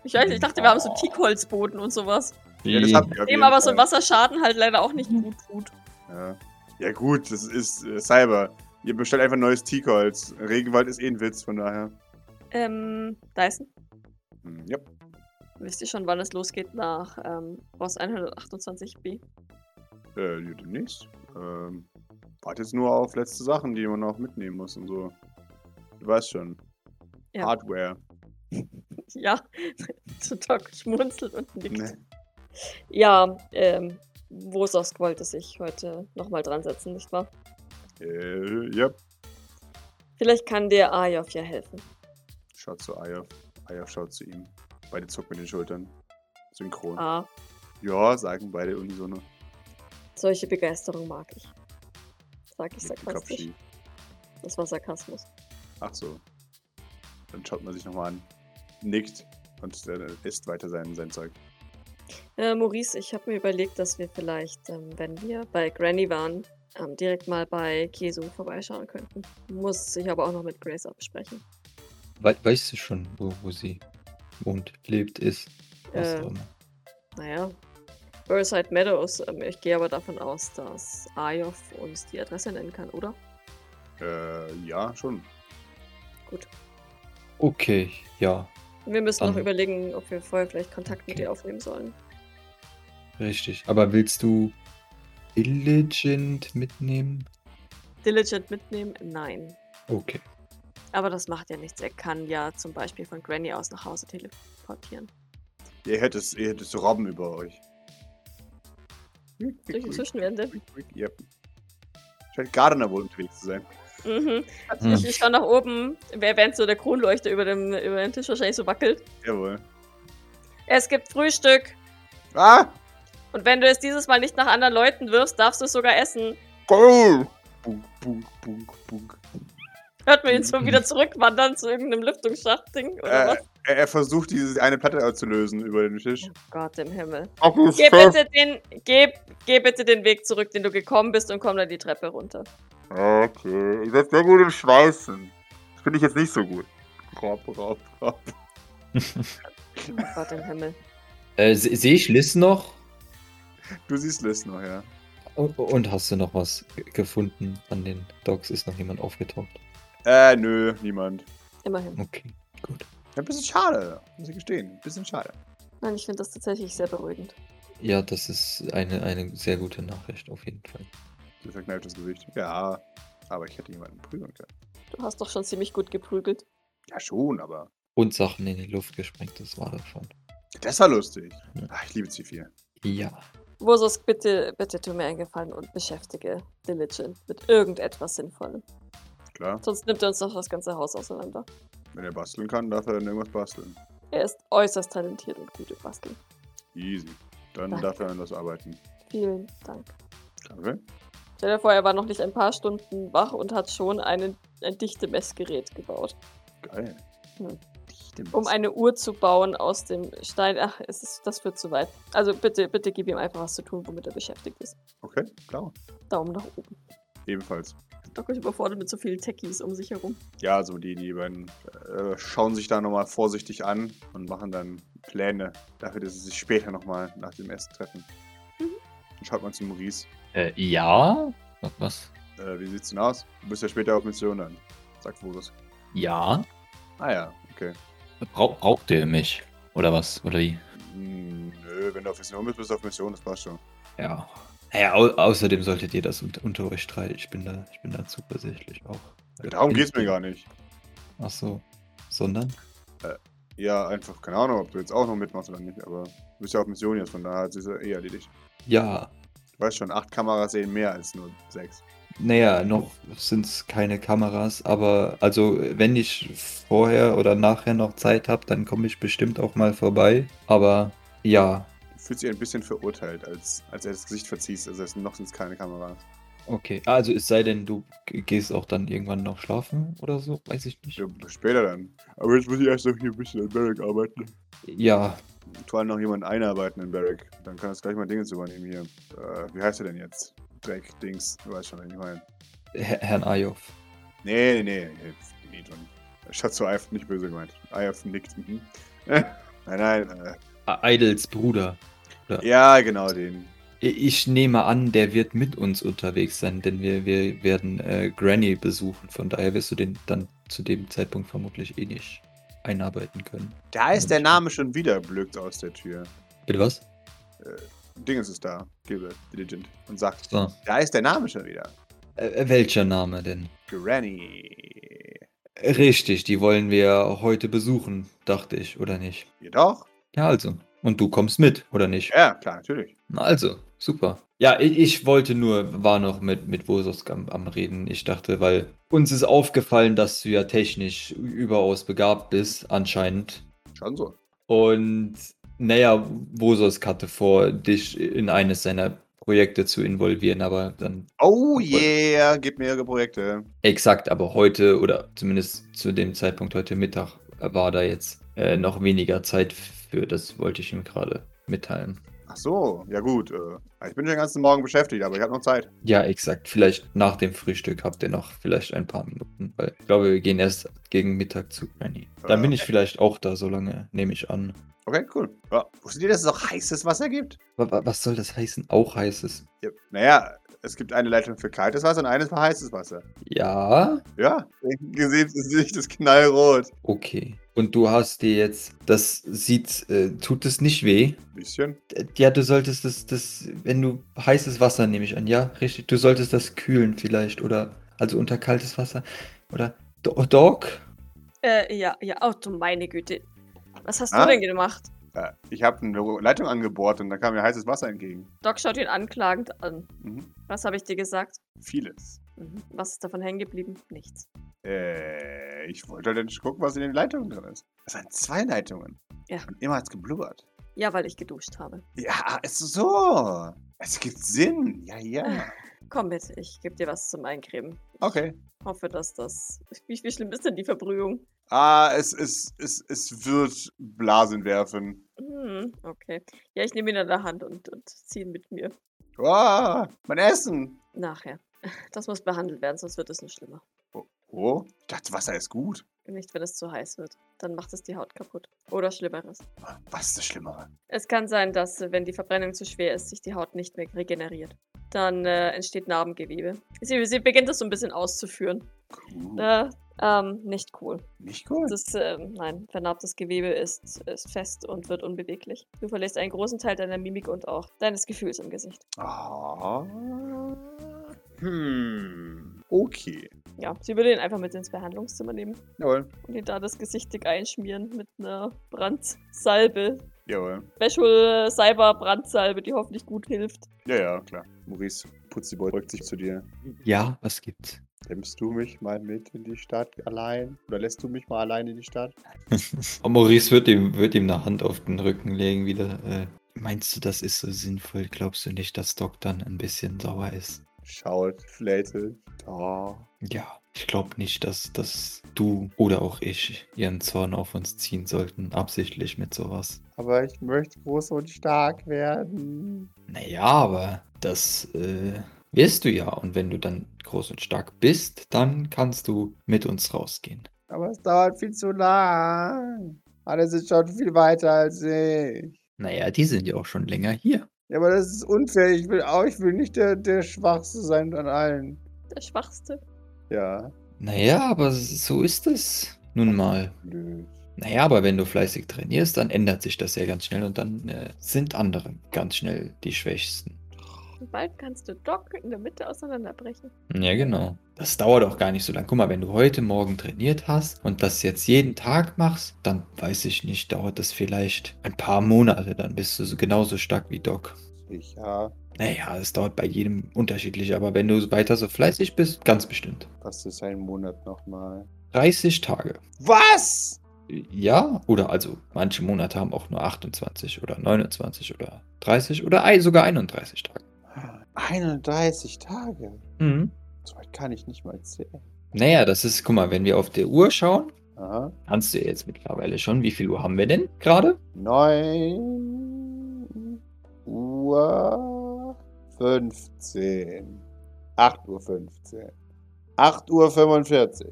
Ich weiß nicht, ich dachte, wir haben so Teakholzboden und sowas. Ja, das habt ihr auf Dem jeden aber so ein Fall. Wasserschaden halt leider auch nicht gut tut. Ja. ja, gut, das ist äh, Cyber. Ihr bestellt einfach neues Teakholz. Regenwald ist eh ein Witz, von daher. Ähm, Dyson, Hm, ja. wisst ihr schon, wann es losgeht nach ähm, Boss 128b? Äh, ja, demnächst. Ähm, warte jetzt nur auf letzte Sachen, die man noch mitnehmen muss und so. Du weißt schon. Ja. Hardware. (laughs) Ja, (laughs) Doc schmunzelt und nickt. Ne? Ja, ähm, Wososk wollte sich heute nochmal dran setzen, nicht wahr? Äh, ja. Vielleicht kann der Ayov ja helfen. Schaut zu Ayaf. Ayaf schaut zu ihm. Beide zucken mit den Schultern. Synchron. Ah, Ja, sagen beide unisono. solche Begeisterung mag ich. Sag Mit ich dem Kopf sarkastisch. schief. Das war Sarkasmus. Ach so. Dann schaut man sich nochmal an. Nickt und äh, isst weiter sein, sein Zeug. Äh, Maurice, ich habe mir überlegt, dass wir vielleicht, ähm, wenn wir bei Granny waren, ähm, direkt mal bei Kesu vorbeischauen könnten. Muss ich aber auch noch mit Grace absprechen. We weißt du schon, wo, wo sie wohnt, lebt, ist? Was Äh. auch immer. Naja. Burnside Meadows, ähm, ich gehe aber davon aus, dass Ayov uns die Adresse nennen kann, oder? Äh, ja, schon. Okay, ja, Wir müssen noch Dann- überlegen, ob wir vorher vielleicht Kontakt mit Okay. ihr aufnehmen sollen. richtig. Aber willst du Diligent mitnehmen? Diligent mitnehmen? Nein. Okay. Aber das macht ja nichts. Er kann ja zum Beispiel von Granny aus nach Hause teleportieren. Ihr hättet, ihr hättet Robben über euch. Durch die Zwischenwände. Ja. Scheint Gardener wohl unterwegs zu sein. Mhm. Hm. Ich, ich schaue nach oben, wer- während so der Kronleuchter über dem, über dem Tisch wahrscheinlich so wackelt. Jawohl. Es gibt Frühstück. Ah! Und wenn du es dieses Mal nicht nach anderen Leuten wirfst, darfst du es sogar essen. Goal! Bunk, bunk, bunk, bunk. Hört man ihn (laughs) so wieder zurückwandern zu irgendeinem Lüftungsschachtding oder Äh, was? er, er versucht, diese eine Platte zu lösen über den Tisch. Oh Gott im Himmel. Ach, du Geh Scheiße. bitte, den, geh, geh bitte den Weg zurück, den du gekommen bist und komm dann die (laughs) Treppe runter. Okay, ihr seid sehr gut im Schweißen. Das finde ich jetzt nicht so gut. Rob, rob, rob. Oh Gott im Himmel. Äh, se- Sehe ich Liz noch? Du siehst Liz noch, ja. Und, und hast du noch was g- gefunden an den Dogs? Ist noch jemand aufgetaucht? Äh, nö, niemand. Hm. Immerhin. Okay, gut. Ja, Ein bisschen schade, muss ich gestehen. Ein bisschen schade. Nein, ich finde das tatsächlich sehr beruhigend. Ja, das ist eine, eine sehr gute Nachricht, auf jeden Fall. Du verkneiftes Gesicht. Ja, aber ich hätte jemanden prügeln können. Du hast doch schon ziemlich gut geprügelt. Ja, schon, aber. Und Sachen in die Luft gesprengt, das war davon. Das war lustig. Ja. Ach, ich liebe C4. Ja. Wursus, bitte, bitte tu mir einen Gefallen und beschäftige Diligent mit irgendetwas Sinnvollem. Klar, Sonst nimmt er uns noch das ganze Haus auseinander. wenn er basteln kann, darf er dann irgendwas basteln. Er ist äußerst talentiert und gut im Basteln. Easy. Dann Danke. darf er an das arbeiten. Vielen Dank. Danke. Stell dir vor, er war noch nicht ein paar Stunden wach und hat schon einen, ein Dichte-Messgerät gebaut. Geil. Hm. Dichte Um Mess- eine Uhr zu bauen aus dem Stein. Ach, es ist, das führt zu weit. Also bitte, bitte gib ihm einfach was zu tun, womit er beschäftigt ist. Okay, klar. Daumen nach oben. Ebenfalls. Doc ist überfordert mit so vielen Techies um sich herum. Ja, also die, die beiden äh, schauen sich da nochmal vorsichtig an und machen dann Pläne dafür, dass sie sich später nochmal nach dem Essen treffen. Dann schaut man zu Maurice. Äh, ja? Was- Was? Äh, wie sieht's denn aus? Du bist ja später auf Mission dann, sagt Wurus. Ja? Ah ja, okay. Brau braucht ihr mich? Oder was? Oder wie? Hm, nö, wenn du auf Mission bist, bist du auf Mission, das passt schon. Ja. Naja, au außerdem solltet ihr das unter, unter euch streiten. Ich bin da, ich bin da zuversichtlich auch. Ja, darum geht's mir gar nicht. Ach so. Sondern? Ja, einfach, keine Ahnung, ob du jetzt auch noch mitmachst oder nicht, aber du bist ja auf Mission jetzt, von daher hat sich ja eh erledigt. Ja. Du weißt schon, acht Kameras sehen mehr als nur sechs. Naja, noch sind es keine Kameras, aber also wenn ich vorher oder nachher noch Zeit habe, dann komme ich bestimmt auch mal vorbei. Aber ja, Du fühlst dich ein bisschen verurteilt, als, als er das Gesicht verziehst, also es noch sind keine Kameras. okay. Also es sei denn, du g- gehst auch dann irgendwann noch schlafen oder so, weiß ich nicht. Ja, später dann. Aber jetzt muss ich erst noch hier ein bisschen in Barrack arbeiten. Ja, Vor allem noch jemanden einarbeiten in Barrack. Dann kann das gleich mal Dingens übernehmen hier. Äh, wie heißt er denn jetzt? Dreck, Dings, du weißt schon, wen ich meine. Herr, Herrn Ayov. Nee, nee, nee, nee, nee John. Ich hatte zu Eif nicht böse gemeint. Eif nickt. Mhm. (laughs) nein, nein. Äh, Eidels Bruder. ja, genau den. I- Ich nehme an, der wird mit uns unterwegs sein, denn wir, wir werden äh, Granny besuchen. Von daher wirst du den dann zu dem Zeitpunkt vermutlich eh nicht einarbeiten können. Da ist der Name schon wieder, blökt aus der Tür. Bitte was? Dingens ist da, Gilbert, diligent, und sagt, So. da ist der Name schon wieder. Äh, welcher Name denn? Granny. Richtig, die wollen wir heute besuchen, dachte ich, oder nicht? Jedoch? Ja, also. Und du kommst mit, oder nicht? Ja, klar, natürlich. Na Also, super. Ja, ich, ich wollte nur, war noch mit, mit Wososk am, am Reden. Ich dachte, weil uns ist aufgefallen, dass du ja technisch überaus begabt bist, anscheinend. Schon so. Und naja, Wososk hatte vor, dich in eines seiner Projekte zu involvieren, aber dann Oh Cool. yeah, gib mir ihre Projekte. Exakt, aber heute oder zumindest zu dem Zeitpunkt heute Mittag war da jetzt äh, noch weniger Zeit für. Das wollte ich ihm gerade mitteilen. Ach so, ja gut. Äh, ich bin den ganzen Morgen beschäftigt, aber ich habe noch Zeit. Ja, exakt. Vielleicht nach dem Frühstück habt ihr noch vielleicht ein paar Minuten, weil ich glaube, wir gehen erst gegen Mittag zu Granny. Dann bin ich vielleicht auch da, solange nehme ich an. Okay, cool. Ja, wusstet ihr, dass es auch heißes Wasser gibt? Wa- wa- Was soll das heißen? Auch heißes? Ja, naja, es gibt eine Leitung für kaltes Wasser und eine für heißes Wasser. Ja, Ja, gesehen ist Gesicht ist knallrot. okay. Und du hast dir jetzt, das sieht, äh, tut es nicht weh? Bisschen. Ja, du solltest das, das, wenn du heißes Wasser nehme ich an, ja, richtig, du solltest das kühlen vielleicht oder also unter kaltes Wasser oder Do- Doc? Äh, ja, ja, oh du meine Güte. Was hast Ah. du denn gemacht? Ja, ich habe eine Leitung angebohrt und dann kam mir heißes Wasser entgegen. Doc schaut ihn anklagend an. Mhm. Was habe ich dir gesagt? Vieles. Mhm. Was ist davon hängen geblieben? Nichts. Äh, ich wollte halt nicht gucken, was in den Leitungen drin ist. Das sind zwei Leitungen. Ja. Und immer hat's geblubbert. Ja, weil ich geduscht habe. Ja, es ist so. Es gibt Sinn. Ja, ja. Komm mit, ich gebe dir was zum Eincremen. Okay. Hoffe, dass das. (laughs) Wie, wie schlimm ist denn die Verbrühung? Ah, es, es, es, es wird Blasen werfen. Hm, okay. Ja, ich nehme ihn an der Hand und, und ziehe ihn mit mir. Ah, mein Essen. Nachher. (laughs) Das muss behandelt werden, sonst wird es nur schlimmer. Oh, oh, ich dachte, Wasser ist gut. Nicht, wenn es zu heiß wird. Dann macht es die Haut kaputt. Oder Schlimmeres. Was ist das Schlimmere? Es kann sein, dass, äh, wenn die Verbrennung zu schwer ist, sich die Haut nicht mehr regeneriert. Dann äh, entsteht Narbengewebe. Sie, sie beginnt das so ein bisschen auszuführen. Cool. Äh, Ähm, nicht cool. Nicht gut. Das, ähm, nein, vernarbtes Gewebe ist, ist fest und wird unbeweglich. Du verlierst einen großen Teil deiner Mimik und auch deines Gefühls im Gesicht. Ah. Hm. Okay. Ja, sie würde ihn einfach mit ins Behandlungszimmer nehmen Jawohl. und ihn da das Gesicht dick einschmieren mit einer Brandsalbe. Jawohl. Special Cyber Brandsalbe, die hoffentlich gut hilft. Ja, ja, klar. Maurice, Putziboy beugt sich zu dir. Ja, was gibt's? Nimmst du mich mal mit in die Stadt allein? Oder lässt du mich mal allein in die Stadt? Und Oh, Maurice wird ihm, wird ihm eine Hand auf den Rücken legen wieder. Äh, meinst du, das ist so sinnvoll? Glaubst du nicht, dass Doc dann ein bisschen sauer ist? Schaut, flätelt. Oh. Ja, ich glaube nicht, dass, dass du oder auch ich ihren Zorn auf uns ziehen sollten, absichtlich mit sowas. Aber ich möchte groß und stark werden. Naja, aber das äh, wirst du ja. Und wenn du dann groß und stark bist, dann kannst du mit uns rausgehen. Aber es dauert viel zu lang. Alle sind schon viel weiter als ich. Naja, die sind ja auch schon länger hier. Ja, aber das ist unfair. Ich will auch, ich will nicht der, der Schwachste sein von allen. Der Schwachste. Ja. Naja, aber so ist es nun mal. Blöd. Naja, aber wenn du fleißig trainierst, dann ändert sich das ja ganz schnell und dann äh, sind andere ganz schnell die Schwächsten. Und bald kannst du Doc in der Mitte auseinanderbrechen. Ja, genau. Das dauert auch gar nicht so lang. Guck mal, wenn du heute Morgen trainiert hast und das jetzt jeden Tag machst, dann weiß ich nicht, dauert das vielleicht ein paar Monate, dann bist du so- genauso stark wie Doc. Sicher. Naja, es dauert bei jedem unterschiedlich, aber wenn du weiter so fleißig bist, ganz bestimmt. Was ist ein Monat nochmal? 30 Tage. Was? Ja, oder also manche Monate haben auch nur 28 oder 29 oder 30 oder ei- sogar 31 Tage. 31 Tage. Mhm. So weit kann ich nicht mal zählen. Naja, das ist, guck mal, wenn wir auf der Uhr schauen, Aha. kannst du ja jetzt mittlerweile schon, wie viel Uhr haben wir denn gerade? 9 Uhr 15. 8 Uhr 15. 8 Uhr (laughs) 45.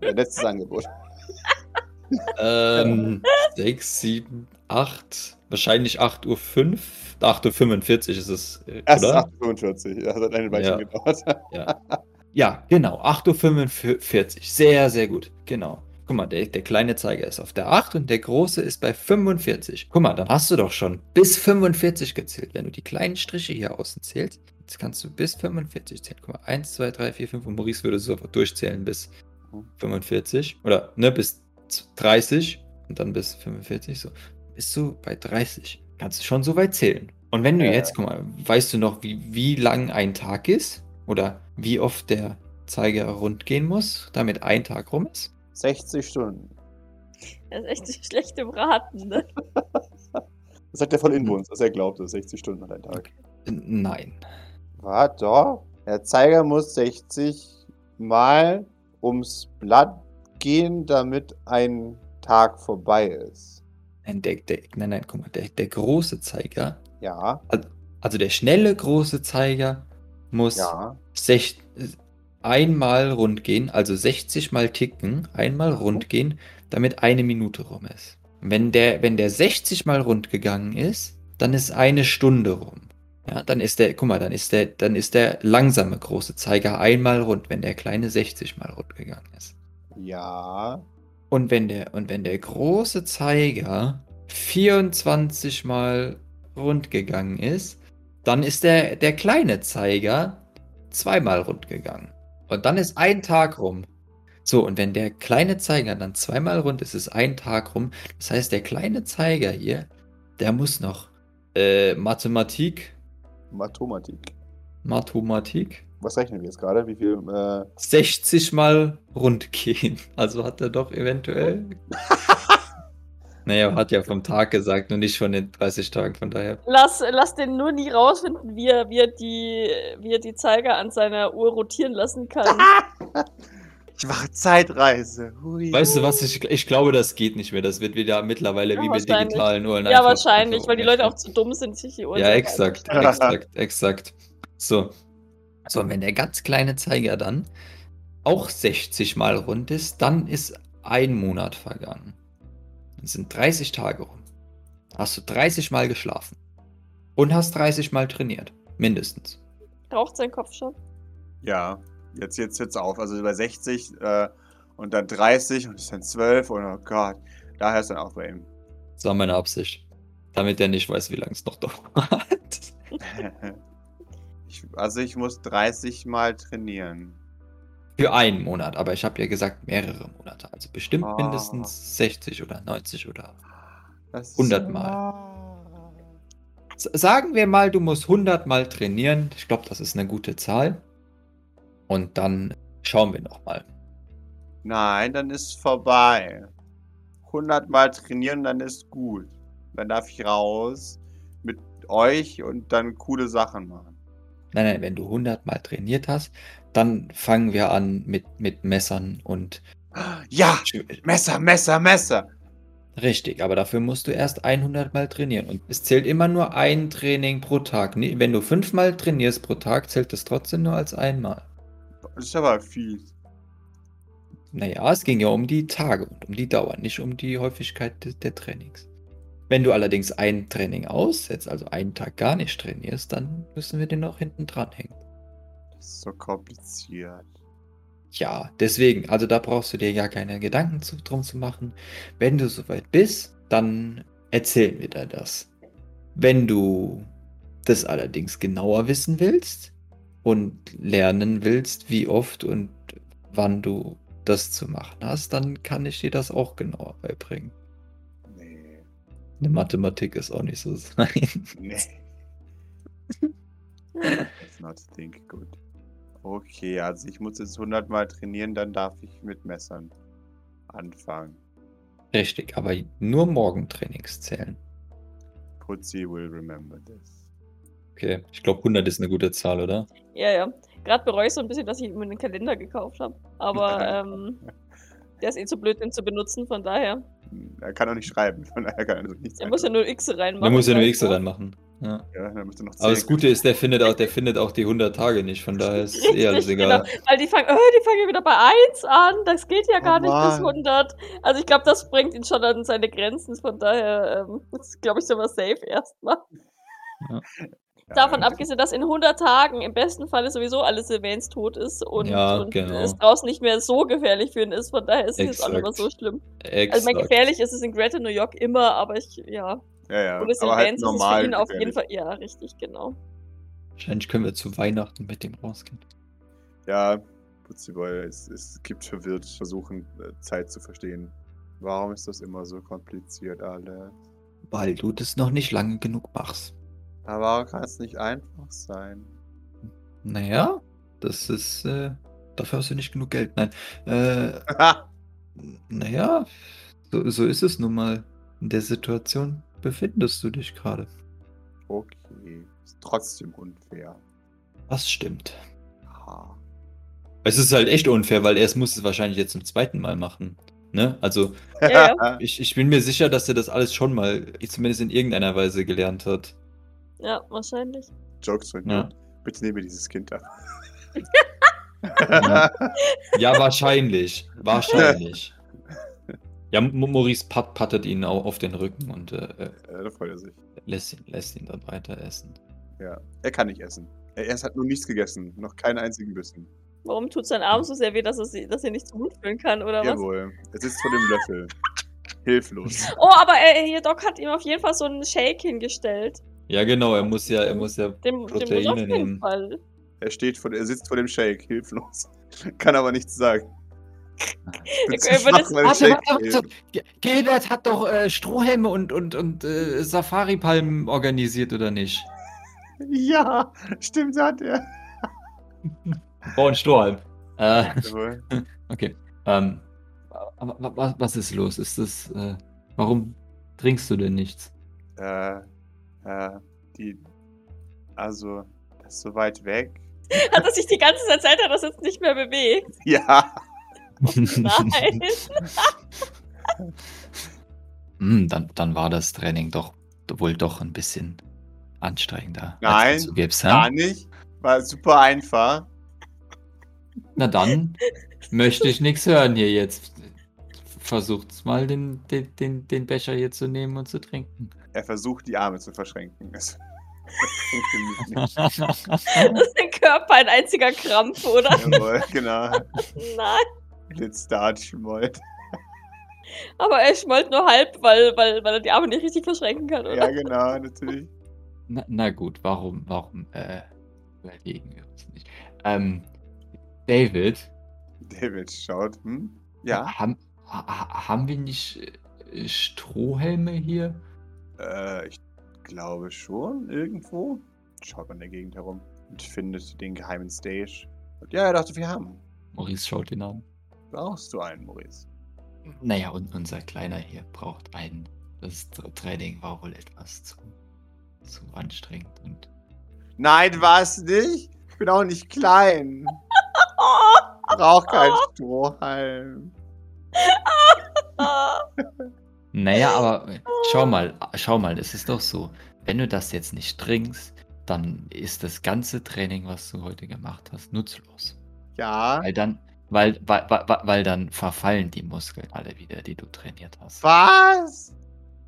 Mein letztes Angebot. Ähm, 6, 7, 8, wahrscheinlich 8 Uhr 5, 8 Uhr 45 ist es, äh, Erst oder? 8 Uhr 45. Das hat eine Weile Ja. gedauert. Ja, genau, 8 Uhr 45, sehr, sehr gut, genau. Guck mal, der, der kleine Zeiger ist auf der 8 und der große ist bei 45. Guck mal, dann hast du doch schon bis 45 gezählt. Wenn du die kleinen Striche hier außen zählst, jetzt kannst du bis 45 zählen. Guck mal, 1, 2, 3, 4, 5 und Maurice würde sofort durchzählen bis 45 oder ne, bis 30 und dann bis 45, so. Bist du bei 30. Kannst du schon so weit zählen. Und wenn du Ja. jetzt, guck mal, weißt du noch, wie, wie lang ein Tag ist? Oder wie oft der Zeiger rund gehen muss, damit ein Tag rum ist? 60 Stunden. Er ist (laughs) echt schlecht im Raten, ne? Das sagt er voll Inbrunst, dass er glaubt, dass 60 Stunden hat ein Tag. Äh, Nein. Warte doch. Der Zeiger muss 60 Mal ums Blatt gehen, damit ein Tag vorbei ist. Nein, der, der, nein, nein, guck mal, der, der große Zeiger, Ja, also der schnelle große Zeiger muss ja. sech, einmal rund gehen, also 60 mal ticken, einmal rund gehen, damit eine Minute rum ist. Wenn der, wenn der 60 mal rund gegangen ist, dann ist eine Stunde rum. Ja, dann ist der, guck mal, dann ist der, dann ist der langsame große Zeiger einmal rund, wenn der kleine 60 mal rund gegangen ist. Ja. Und wenn der, und wenn der große Zeiger 24 mal rund gegangen ist, dann ist der, der kleine Zeiger zweimal rund gegangen. Und dann ist ein Tag rum. So, und wenn der kleine Zeiger dann zweimal rund ist, ist ein Tag rum. Das heißt, der kleine Zeiger hier, der muss noch äh, Mathematik, Mathematik. Mathematik, Was rechnen wir jetzt gerade? Wie viel? Äh, 60 mal rund gehen. (laughs) Also hat er (laughs) doch eventuell. naja, hat ja vom Tag gesagt und nicht von den 30 Tagen, von daher. Lass, lass den nur nie rausfinden, wie er, wie, er die, wie er die Zeiger an seiner Uhr rotieren lassen (laughs) kann. ich mache Zeitreise. Hui. Weißt du was, ich, ich glaube, das geht nicht mehr. Das wird wieder mittlerweile Ja, wie mit wahrscheinlich. digitalen Uhren. ja, einfach- wahrscheinlich, einfach weil die Leute auch umgestellt. zu dumm sind, sich die Uhr Ja, selber exakt, einstellen. exakt, exakt. So. So, und wenn der ganz kleine Zeiger dann auch 60 Mal rund ist, dann ist ein Monat vergangen. Dann sind 30 Tage rum. Hast du 30 Mal geschlafen. Und hast 30 Mal trainiert. Mindestens. Raucht sein Kopf schon. Ja, jetzt, jetzt hört's auf. Also bei 60, äh, und dann 30 und ist dann 12 und oh Gott. Daher ist dann auch bei ihm. Das war meine Absicht. Damit er nicht weiß, wie lange es noch (laughs) dauert. (laughs) ich, also ich muss 30 Mal trainieren. Für einen Monat, aber ich habe ja gesagt mehrere Monate. Also bestimmt Ah. mindestens 60 oder 90 oder. Das ist- 100 S sagen wir mal, du musst 100 Mal trainieren. Ich glaube, das ist eine gute Zahl. Und dann schauen wir nochmal. Nein, dann ist vorbei. 100 Mal trainieren, dann ist gut. Dann darf ich raus mit euch und dann coole Sachen machen. Nein, nein, wenn du 100 Mal trainiert hast, dann fangen wir an mit, mit Messern und. Ja, Messer, Messer, Messer. Richtig, aber dafür musst du erst 100 Mal trainieren. Und es zählt immer nur ein Training pro Tag. Nee, Wenn du fünfmal trainierst pro Tag, zählt das trotzdem nur als einmal. Das ist aber viel. Naja, es ging ja um die Tage und um die Dauer, nicht um die Häufigkeit de- der Trainings. Wenn du allerdings ein Training aussetzt, also einen Tag gar nicht trainierst, dann müssen wir den noch hinten dranhängen. Das ist so kompliziert. Ja, deswegen, also da brauchst du dir ja keine Gedanken zu, drum zu machen. Wenn du soweit bist, dann erzählen wir dir das. Wenn du das allerdings genauer wissen willst und lernen willst, wie oft und wann du das zu machen hast, dann kann ich dir das auch genauer beibringen. Nee, Eine Mathematik ist auch nicht so (laughs) sein. (laughs) nee. Let's not think good. Okay, also ich muss jetzt 100 Mal trainieren, dann darf ich mit Messern anfangen. Richtig, aber nur Morgentrainings zählen. Putzi will remember this. Okay, ich glaube 100 ist eine gute Zahl, oder? Ja, ja. Gerade bereue ich so ein bisschen, dass ich ihm einen Kalender gekauft habe. Aber ähm, der ist eh zu blöd, den zu benutzen, von daher. Hm, Er kann auch nicht schreiben, von daher kann er so nichts Er muss ja nur X reinmachen. Man muss ja nur sag ich X mal. reinmachen. Ja. Ja, dann müsste noch Aber das zählen. Gute ist, der findet auch, der findet auch die 100 Tage nicht, von (laughs) daher ist eh alles Richtig, egal. Weil die fangen, oh, die fangen ja wieder bei 1 an. Das geht ja gar Oh nicht bis Mann. 100. Also ich glaube, das bringt ihn schon an seine Grenzen. Von daher ähm, ist, glaube ich, sogar safe erstmal. Ja, Davon ja. abgesehen, dass in 100 Tagen im besten Falle sowieso alles Sylvains tot ist und, Ja, und genau. es draußen nicht mehr so gefährlich für ihn ist. Von daher ist es jetzt auch nicht mehr Exakt. so schlimm. Exakt. Also mein gefährlich ist es in Greater New York immer, aber ich, ja. Ja, ja. Und es in aber halt Vans normal ist es für ihn auf jeden gefährlich. Fall. Ja, richtig, genau. Wahrscheinlich können wir zu Weihnachten mit dem rausgehen. Ja, Putziboy, es, es gibt verwirrt, versuchen äh, Zeit zu verstehen. Warum ist das immer so kompliziert, alle? Weil du das noch nicht lange genug machst. Aber warum kann es nicht einfach sein? (laughs) Naja, das ist, äh, dafür hast du nicht genug Geld. Nein, äh, naja, so, so ist es nun mal. In der Situation befindest du dich gerade. okay, ist trotzdem unfair. Das stimmt. Ha. Es ist halt echt unfair, weil er es muss es wahrscheinlich jetzt zum zweiten Mal machen. Ne? Also, Ja, ja. Ich, ich bin mir sicher, dass er das alles schon mal, zumindest in irgendeiner Weise, gelernt hat. Ne? Ja, wahrscheinlich. (laughs) Jokes von Ja. ja. Bitte nehme dieses Kind (laughs) ab. Ja. Ja, wahrscheinlich. Wahrscheinlich. Ja, Mo- Maurice pat pattet ihn au- auf den Rücken und äh, äh, Äh, da freut er sich. lässt, ihn, lässt ihn dann weiter essen. Ja, er kann nicht essen. Er, er hat nur nichts gegessen, noch keinen einzigen Bissen. Warum tut sein Arm so sehr weh, dass er, sie- dass er nicht zum Mund führen kann, oder was? Jawohl, er sitzt vor dem Löffel. Hilflos. Oh, aber äh, hier Doc hat ihm auf jeden Fall so einen Shake hingestellt. Ja, genau, er muss ja, er muss ja. Dem, dem muss Proteine auf jeden nehmen. Fall. (laughs) Er, steht vor, er sitzt vor dem Shake, hilflos. (laughs) Kann aber nichts sagen. Ich bin Ich- zu ich schwach, würde jetzt- weil der Warte, Shake warte, hilft. (laughs) warte. Ge- Gilbert hat doch äh, Strohhelme und, und, und äh, Safari-Palmen organisiert, oder nicht? Ja, stimmt, hat er. Oh, ein Strohhalm. Äh, Jawohl. Okay. Ähm, aber, wa- wa- was ist los? Ist das. Äh, warum trinkst du denn nichts? Äh, äh, die. Also, das ist so weit weg. (laughs) Hat er sich die ganze Zeit seit er das jetzt nicht mehr bewegt? Ja. Nein. Hm, dann, dann war das Training doch wohl doch ein bisschen anstrengender. Nein, Als du zugibst, hä? Gar nicht. War super einfach. Na dann möchte ich nichts hören hier jetzt. Versucht's mal, den, den, den, den Becher hier zu nehmen und zu trinken. Er versucht, die Arme zu verschränken. Es funktioniert nicht. Das ist der Körper ein einziger Krampf, oder? Jawohl, genau. Nein. Blitzdart schmollt. Aber er schmollt nur halb, weil, weil, weil er die Arme nicht richtig verschränken kann, oder? Ja, genau, natürlich. Na, na gut, warum, warum, äh, überlegen wir uns nicht. Ähm, David, David schaut. Hm? Ja. haben, ha, ha- haben wir nicht äh, Strohhelme hier? Äh, ich glaube schon, irgendwo. Schaut man in der Gegend herum und findet den geheimen Stage. Und ja, er dachte, wir haben. Maurice schaut ihn an. Brauchst du einen, Maurice? Naja, und unser Kleiner hier braucht einen. Das Tra- Training war wohl etwas zu, zu anstrengend und Nein, war es nicht. Ich bin auch nicht klein. Oh, Brauch keinen Strohhalm. ah. Naja, aber äh, schau mal, äh, schau mal, es ist doch so, wenn du das jetzt nicht trinkst, dann ist das ganze Training, was du heute gemacht hast, nutzlos. Ja. Weil dann, weil, weil, weil, weil- weil dann verfallen die Muskeln alle wieder, die du trainiert hast. Was?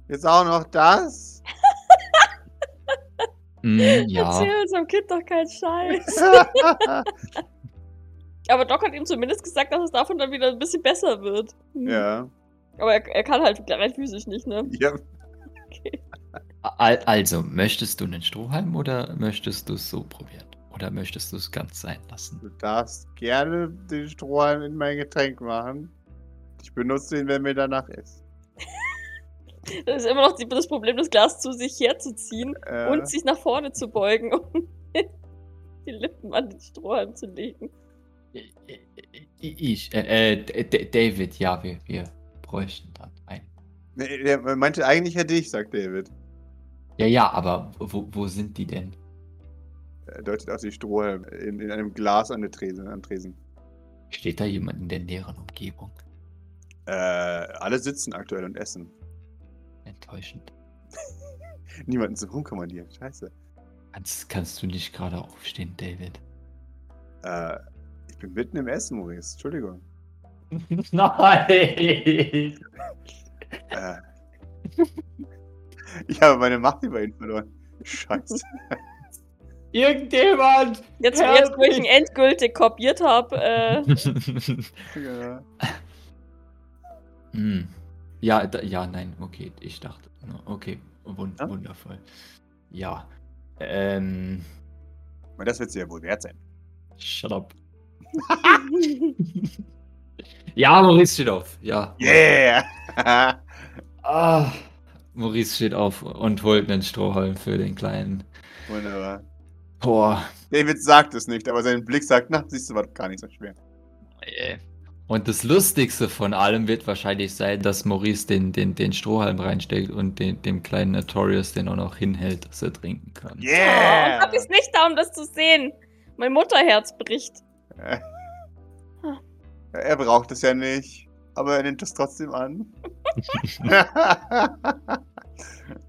Jetzt auch noch das? (laughs) Mm, ja, Erzähl unserem Kind doch keinen Scheiß. Aber Doc hat ihm zumindest gesagt, dass es davon dann wieder ein bisschen besser wird. Hm. ja. Aber er, er kann halt rein physisch nicht, ne? ja. Al- also, möchtest du einen Strohhalm oder möchtest du es so probieren? Oder möchtest du es ganz sein lassen? Du darfst gerne den Strohhalm in mein Getränk machen. Ich benutze ihn, wenn mir danach ist. Das ist immer noch die, das Problem, das Glas zu sich herzuziehen Äh, und sich nach vorne zu beugen, (laughs) um die Lippen an den Strohhalm zu legen. I- I- Ich, äh, äh, D- D- David, ja, wir, wir bräuchten dann einen. nee, er meinte eigentlich ja dich, sagt David. Ja, ja, aber wo, wo sind die denn? Er deutet auf die Strohhalm in, in einem Glas an den Tresen. An den Tresen. Steht da jemand in der näheren Umgebung? Äh, alle sitzen aktuell und essen. Enttäuschend. Niemanden zum Rumkommandieren. Scheiße. Kannst, kannst du nicht gerade aufstehen, David? Äh, ich bin mitten im Essen, Maurice. Entschuldigung. (laughs) Nein! (laughs) Äh. ich habe meine Macht über ihn verloren. Scheiße. Irgendjemand! Jetzt, jetzt wo ich ihn endgültig kopiert habe, äh, (laughs) Ja. (laughs) Hm. Ja, da, ja, nein, okay. Ich dachte, nur, okay, wund, Ja? wundervoll. Ja. Ähm, Aber das wird sehr wohl wert sein. shut up. ja, Maurice steht auf. Ja. Yeah! (laughs) Ah, Maurice steht auf und holt einen Strohhalm für den kleinen. Wunderbar. Boah. David sagt es nicht, aber sein Blick sagt, na, siehst du, war doch gar nicht so schwer. Äh. Und das Lustigste von allem wird wahrscheinlich sein, dass Maurice den, den, den Strohhalm reinsteckt und den, dem kleinen Notorious den auch noch hinhält, dass er trinken kann. oh, Yeah! Gott ist nicht da, um das zu sehen. Mein Mutterherz bricht. er braucht es ja nicht, aber er nimmt es trotzdem (laughs) an. Ah.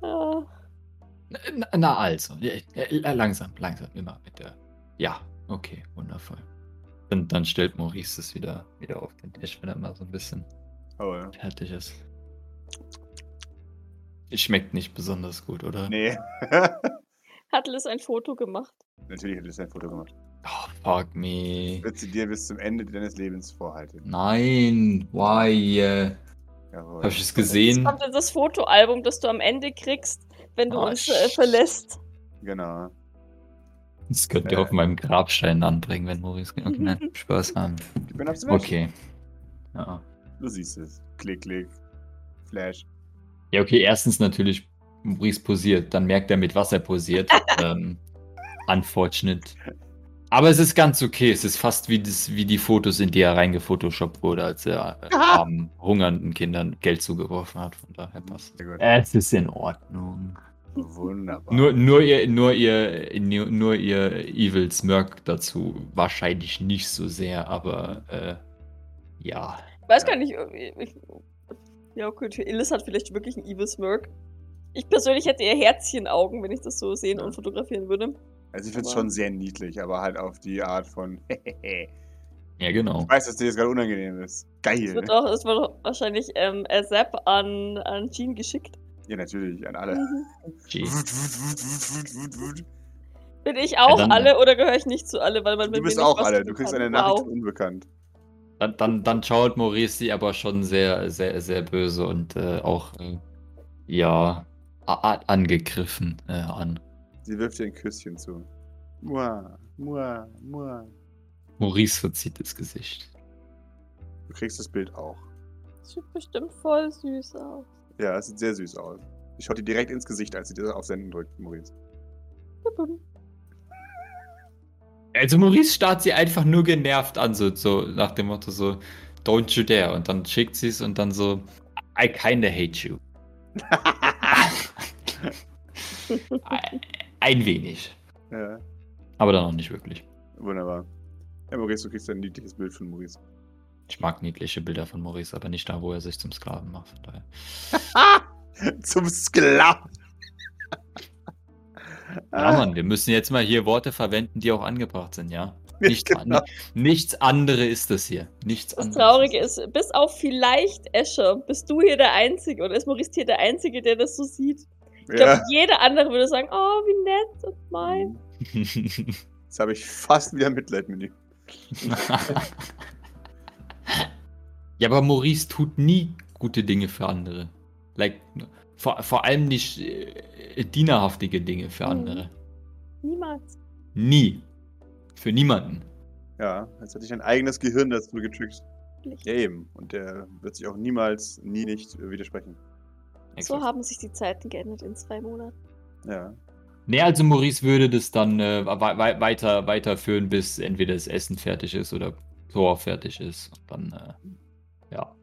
Na, na also, äh, äh, langsam, langsam, immer bitte. Ja, okay, wundervoll. Und dann stellt Maurice es wieder, wieder auf den Tisch, wenn er mal so ein bisschen oh, fertig ist. Schmeckt nicht besonders gut, oder? nee. Hat Liz ein Foto gemacht? Natürlich hat er sein Foto gemacht. Oh, fuck me. Wird sie dir bis zum Ende deines Lebens vorhalten. Nein, why? äh, Jawohl. Hab ich es gesehen? Das kommt in das Fotoalbum, das du am Ende kriegst, wenn du Ah, uns äh, sh- verlässt. Genau. Das könnt ihr auf meinem Grabstein anbringen, wenn Maurice. Okay, nein, Spaß haben. Ich bin absolut. Okay. Ja. Du siehst es. Klick, klick. Flash. Ja, okay, erstens natürlich, Maurice posiert, dann merkt er, mit was er posiert. ähm, unfortunate. Aber es ist ganz okay. Es ist fast wie, das, wie die Fotos, in die er reingefotoshoppt wurde, als er äh, armen, hungernden Kindern Geld zugeworfen hat. Von daher passt Sehr gut. es. Es ist in Ordnung. Wunderbar. Nur, nur ihr, nur ihr, nur, nur ihr Evil Smirk dazu wahrscheinlich nicht so sehr, aber äh, ja. Weiß gar nicht. irgendwie- Ich, ja, okay, Illis hat vielleicht wirklich einen Evil Smirk. Ich persönlich hätte eher Herzchenaugen, wenn ich das so sehen und fotografieren würde. also ich finde es aber- schon sehr niedlich, aber halt auf die Art von (laughs) Ja, genau. Ich weiß, dass dir das gerade unangenehm ist. Das Geil. wird auch, das wird auch wahrscheinlich ähm, ASAP an, an Jean geschickt. Ja, natürlich, an alle. Wut, Jeez. wut, wut, wut, wut, wut, wut. Bin ich auch Ja, dann- alle oder gehöre ich nicht zu alle, weil man Du mit bist mir nicht auch alle. basteln Du kriegst kann? eine Nachricht Wow. von unbekannt. Dann, dann, dann schaut Maurice sie aber schon sehr, sehr, sehr böse und äh, auch, äh, ja, a- a- angegriffen äh, an. Sie wirft ihr ein Küsschen zu. Mua, mua, mua. Maurice verzieht das Gesicht. Du kriegst das Bild auch. Sieht bestimmt voll süß aus. Ja, es sieht sehr süß aus. Ich schaue dir direkt ins Gesicht, als sie dir auf Senden drückt, Maurice. Also Maurice starrt sie einfach nur genervt an, so, so nach dem Motto so, don't you dare. Und dann schickt sie es und dann so, I kinda hate you. Ein- Ein wenig. Ja, Aber dann auch nicht wirklich. wunderbar. Ja, Maurice, du kriegst ein niedliches Bild von Maurice. Ich mag niedliche Bilder von Maurice, aber nicht da, wo er sich zum Sklaven macht. Von daher. Zum Sklaven! Ah, Ja, Ah. Mann, wir müssen jetzt mal hier Worte verwenden, die auch angebracht sind, ja? (laughs) Ja, Nichts, genau. an, nichts andere ist das hier. Nichts Das anderes. Traurige ist, bis auf vielleicht Escher, bist du hier der Einzige oder ist Maurice hier der Einzige, der das so sieht. Ich glaube, ja. Mhm. jeder andere würde sagen, oh, wie nett und mein. Jetzt habe ich fast wieder Mitleid mit dir. (laughs) ja, aber Maurice tut nie gute Dinge für andere. Like, vor, vor allem nicht äh, dienerhaftige Dinge für Mhm. andere. Niemals. Nie. Für niemanden. Ja, jetzt hatte ich ein eigenes Gehirn dazu getrickt. Ja, eben. Und der wird sich auch niemals, nie nicht äh, widersprechen. So haben sich die Zeiten geändert in zwei Monaten. Ja. Nee, also Maurice würde das dann äh, wei- wei- weiter, weiterführen, bis entweder das Essen fertig ist oder Thor fertig ist. Und dann, äh, ja.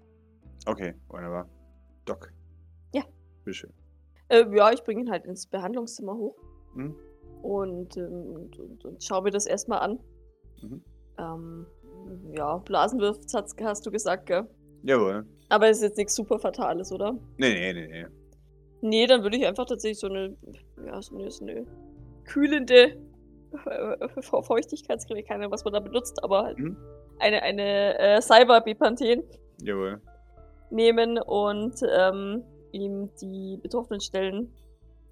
Okay, wunderbar. Doc. Ja. Bitteschön. Äh, ja, ich bringe ihn halt ins Behandlungszimmer hoch Hm? und, ähm, und, und, und schaue mir das erstmal an. Mhm. Ähm, ja, Blasenwürfel hast, hast du gesagt, gell? Jawohl. Aber ist jetzt nichts super Fatales, oder? Nee, nee, nee, nee. Nee, dann würde ich einfach tatsächlich so eine, ja, so eine, so eine kühlende äh, Fe- Feuchtigkeitscreme, keine Ahnung, was man da benutzt, aber halt Mhm. eine, eine äh, Cyber-Bepanthen Jawohl. nehmen und ähm, ihm die betroffenen Stellen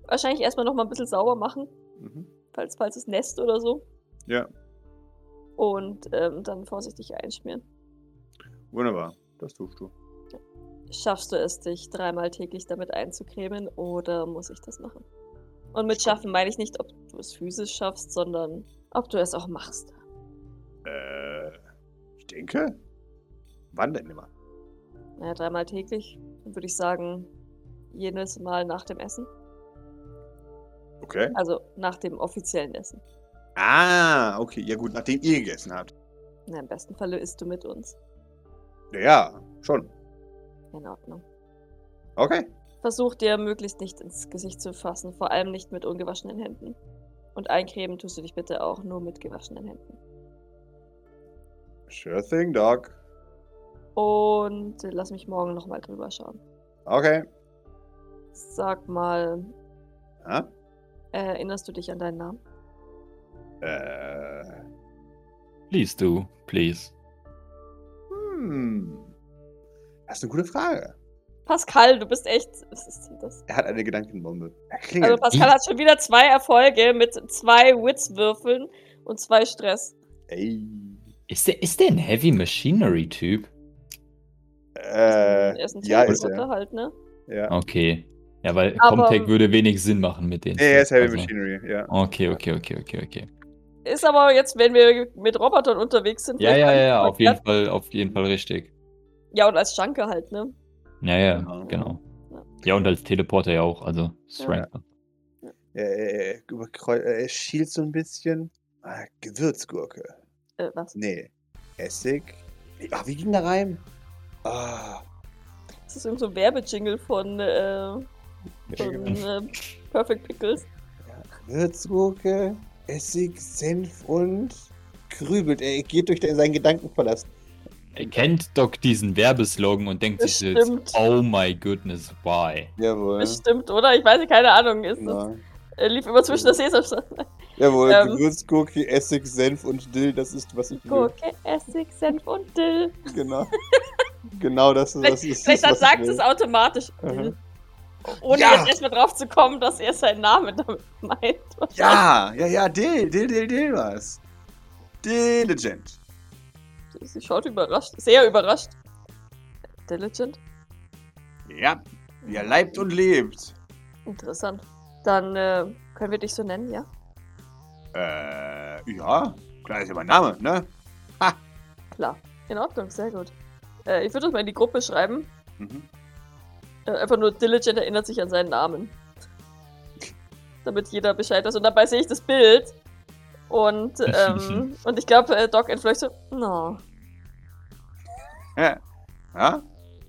wahrscheinlich erstmal nochmal ein bisschen sauber machen, Mhm. falls, falls es nässt oder so. Ja. Und ähm, dann vorsichtig einschmieren. Wunderbar. Das tust du. Schaffst du es, dich dreimal täglich damit einzucremen oder muss ich das machen? Und mit schaffen meine ich nicht, ob du es physisch schaffst, sondern ob du es auch machst. Äh, ich denke. Wann denn immer? Naja, dreimal täglich, dann würde ich sagen, jedes Mal nach dem Essen. Okay. Also nach dem offiziellen Essen. Ah, okay. Ja gut, nachdem ihr gegessen habt. Na, Im besten Falle isst du mit uns. Ja, ja, schon. In Ordnung. Okay. Versuch dir möglichst nicht ins Gesicht zu fassen, vor allem nicht mit ungewaschenen Händen. Und eincremen tust du dich bitte auch nur mit gewaschenen Händen. Sure thing, Doc. Und lass mich morgen nochmal drüber schauen. Okay. Sag mal, Ja? erinnerst du dich an deinen Namen? Äh. Please do, please. Hm. Das ist eine gute Frage. Pascal, du bist echt. Was ist denn das? Er hat eine Gedankenbombe. Er klingelt. Also Pascal hat schon wieder zwei Erfolge mit zwei Witzwürfeln und zwei Stress. Ey. Ist der, ist der ein Heavy Machinery Typ? Äh, er ist ein ja, ist Teleporter halt, ne? ja. Oh, Okay. Ja, weil Aber- Comtech würde wenig Sinn machen mit denen. Nee, er ist Heavy Also, Machinery, ja. Okay, okay, okay, okay, okay. Ist aber jetzt, wenn wir mit Robotern unterwegs sind, Ja, vielleicht ja, gar ja, nicht ja, so auf verkehrt. jeden Fall, auf jeden Fall richtig. Ja, und als Schanke halt, ne? Ja, ja, Genau. genau. Ja, und als Teleporter ja auch, also Strength. Er, er, er, überkreu- er schielt so ein bisschen. Ah, Gewürzgurke. Äh, was? Nee. Essig. Ach, wie ging der Reim? Ah. Das ist irgend so ein Werbejingle von, äh, von genau. äh, Perfect Pickles. Gewürzgurke, Essig, Senf und grübelt. Er geht durch den, seinen Gedankenpalast. Er Kennt Doc diesen Werbeslogan und denkt sich Bestimmt. jetzt, oh my goodness, why? Jawohl. Das stimmt, oder? Ich weiß nicht, keine Ahnung. Ist das, Genau. äh, lief immer zwischen der Sesamstraße. Jawohl, Ähm. Gewürzgurke, Essig, Senf und Dill, das ist, was ich will. Gurke, Oh, Essig, Senf und Dill. Genau. (laughs) genau das ist, das ist Vielleicht dann was ich sagt will. es automatisch. Mhm. Dill. Ohne Ja! jetzt erstmal drauf zu kommen, dass er seinen Namen damit (laughs) meint. Ja, ja, ja, Dill, Dill, Dill, Dill was. Diligent. Sie schaut überrascht, sehr überrascht. Diligent. Ja, ihr leibt und lebt. Interessant. Dann äh, können wir dich so nennen, ja? Äh, ja, klar ist ja mein Name, ne? Klar. In Ordnung, sehr gut. Äh, ich würde das mal in die Gruppe schreiben. Mhm. Äh, einfach nur Diligent erinnert sich an seinen Namen. Damit jeder Bescheid weiß. Und dabei sehe ich das Bild. Und, ähm, und ich glaube, äh, Doc entfleucht so, no. Ja. ja,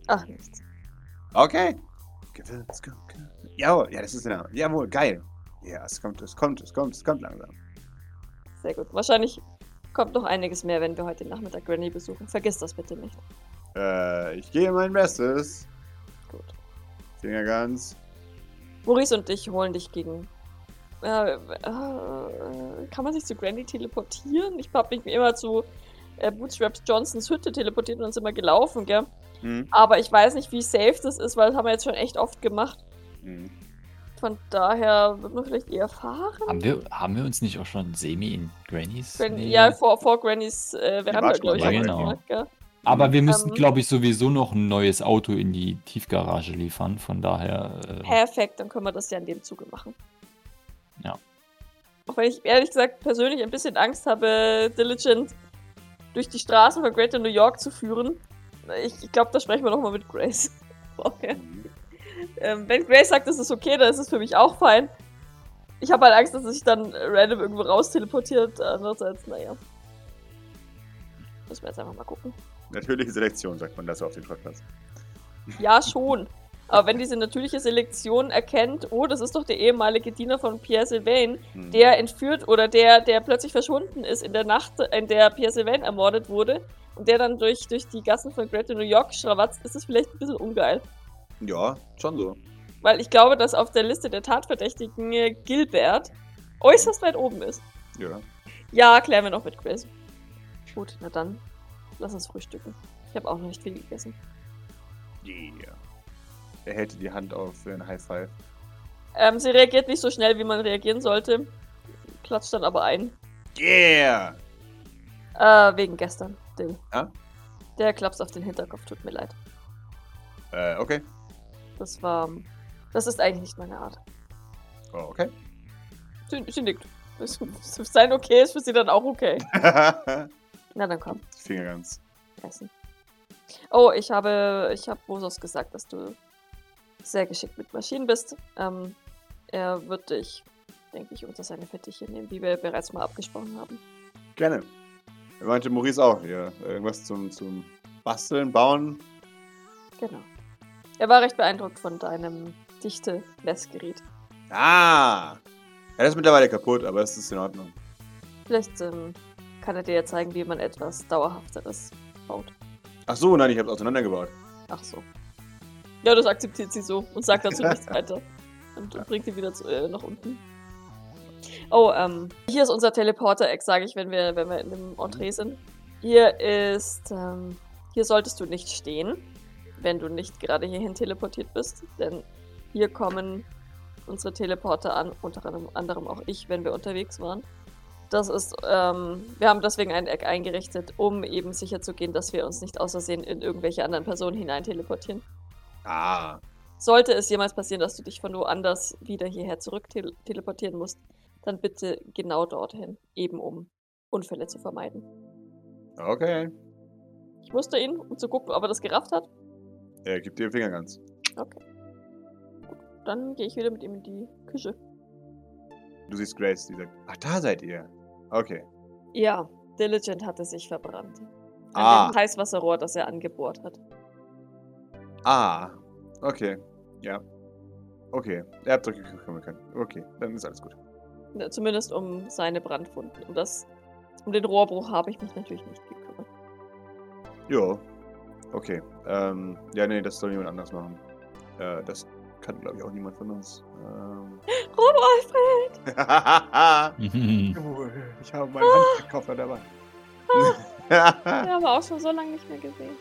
Ach, nichts. okay. Gewürz, ge- ge- Jawohl, ja, das ist der Name. Jawohl, geil. Ja, es kommt, es kommt, es kommt, es kommt langsam. Sehr gut. Wahrscheinlich kommt noch einiges mehr, wenn wir heute Nachmittag Granny besuchen. Vergiss das bitte nicht. Äh, ich gehe mein Bestes. Gut. Ich bin ja ganz. Maurice und ich holen dich gegen. Äh, äh, kann man sich zu Granny teleportieren? Ich hab mich immer zu äh, Bootstraps Johnsons Hütte teleportiert und uns immer gelaufen, gell? Hm. Aber ich weiß nicht, wie safe das ist, weil das haben wir jetzt schon echt oft gemacht. Hm. Von daher wird man vielleicht eher fahren. Haben wir, haben wir uns nicht auch schon semi in Grannies? Gran Nähe? Ja, vor, vor Grannys äh, Veranda, warte glaube ich. mal, haben wir genau. gemacht, gell? Aber wir müssen, Ähm. glaube ich, sowieso noch ein neues Auto in die Tiefgarage liefern. Von daher. Äh, Perfekt, dann können wir das ja in dem Zuge machen. Ja. Auch wenn ich ehrlich gesagt persönlich ein bisschen Angst habe, Diligent durch die Straßen von Greater New York zu führen. Ich, ich glaube, da sprechen wir nochmal mit Grace. (laughs) Vorher. hm. Ähm, wenn Grace sagt, das ist okay, dann ist es für mich auch fein. Ich habe halt Angst, dass es sich dann random irgendwo raus teleportiert. Andererseits, naja. Müssen wir jetzt einfach mal gucken. Natürliche Selektion, sagt man das auf dem Podcast. Ja, schon. Aber wenn diese natürliche Selektion erkennt, oh, das ist doch der ehemalige Diener von Pierre Sylvain, Hm. der entführt oder der, der plötzlich verschwunden ist in der Nacht, in der Pierre Sylvain ermordet wurde und der dann durch, durch die Gassen von Greater New York schrawatzt, ist es vielleicht ein bisschen ungeil. Ja, schon so. Weil ich glaube, dass auf der Liste der Tatverdächtigen äh, Gilbert äußerst weit oben ist. Ja. Ja, klären wir noch mit Grace. Gut, na dann, lass uns frühstücken. Ich habe auch noch nicht viel gegessen. Yeah. Er hält die Hand auf für ein High Five. Ähm, sie reagiert nicht so schnell, wie man reagieren sollte, klatscht dann aber ein. Yeah! Äh, wegen gestern, Dill. Ja? Der Klaps auf den Hinterkopf, tut mir leid. Äh, okay. Das war. ähm, Das ist eigentlich nicht meine Art. Oh, (laughs) okay. Sie, sie nickt. Das- das Sein okay ist für sie dann auch okay. Na dann komm, Finger ganz. essen. Oh, ich habe. Ich habe Bosos gesagt, dass du sehr geschickt mit Maschinen bist. Ähm, er wird dich, denke ich, unter seine Fittiche nehmen, wie wir bereits mal abgesprochen haben. Gerne. Er meinte Maurice auch hier. Irgendwas zum, zum Basteln, Bauen. Genau. Er war recht beeindruckt von deinem dichte Messgerät. Ah! Er ist mittlerweile kaputt, aber es ist in Ordnung. Vielleicht ähm, kann er dir ja zeigen, wie man etwas Dauerhafteres baut. Ach so, nein, ich hab's auseinandergebaut. Ach so. Ja, das akzeptiert sie so und sagt dazu nichts weiter. Und bringt sie wieder zu, äh, nach unten. Oh, ähm, hier ist unser Teleporter-Eck, sage ich, wenn wir, wenn wir in dem Entree sind. Hier ist, ähm, hier solltest du nicht stehen, wenn du nicht gerade hierhin teleportiert bist, denn hier kommen unsere Teleporter an, unter anderem- anderem auch ich, wenn wir unterwegs waren. Das ist, ähm, wir haben deswegen ein Eck eingerichtet, um eben sicherzugehen, dass wir uns nicht außersehen in irgendwelche anderen Personen hinein teleportieren. Ah. Sollte es jemals passieren, dass du dich von woanders wieder hierher zurück tel teleportieren musst, dann bitte genau dorthin, eben um Unfälle zu vermeiden. Okay. Ich musste ihn, um zu gucken, ob er das gerafft hat. Er gibt dir den Finger ganz. Dann gehe ich wieder mit ihm in die Küche. Du siehst Grace, die sagt, ach, da seid ihr. Okay. Ja, Diligent hatte sich verbrannt. An Ah. dem Heißwasserrohr, das er angebohrt hat. Ah. Okay. Ja. Okay. Ihr habt euch gekümmert können. Okay, dann ist alles gut. Na, Zumindest um seine Brandwunden. Um, das, um den Rohrbruch habe ich mich natürlich nicht gekümmert. Jo. Okay. Ähm, ja, nee, das soll jemand anders machen. Äh, das kann, glaube ich, auch niemand von uns. Ähm. Rob (laughs) Alfred! (laughs) mhm. Jawohl, ich habe meinen Handkoffer dabei. (laughs) Wir haben auch schon so lange nicht mehr gesehen.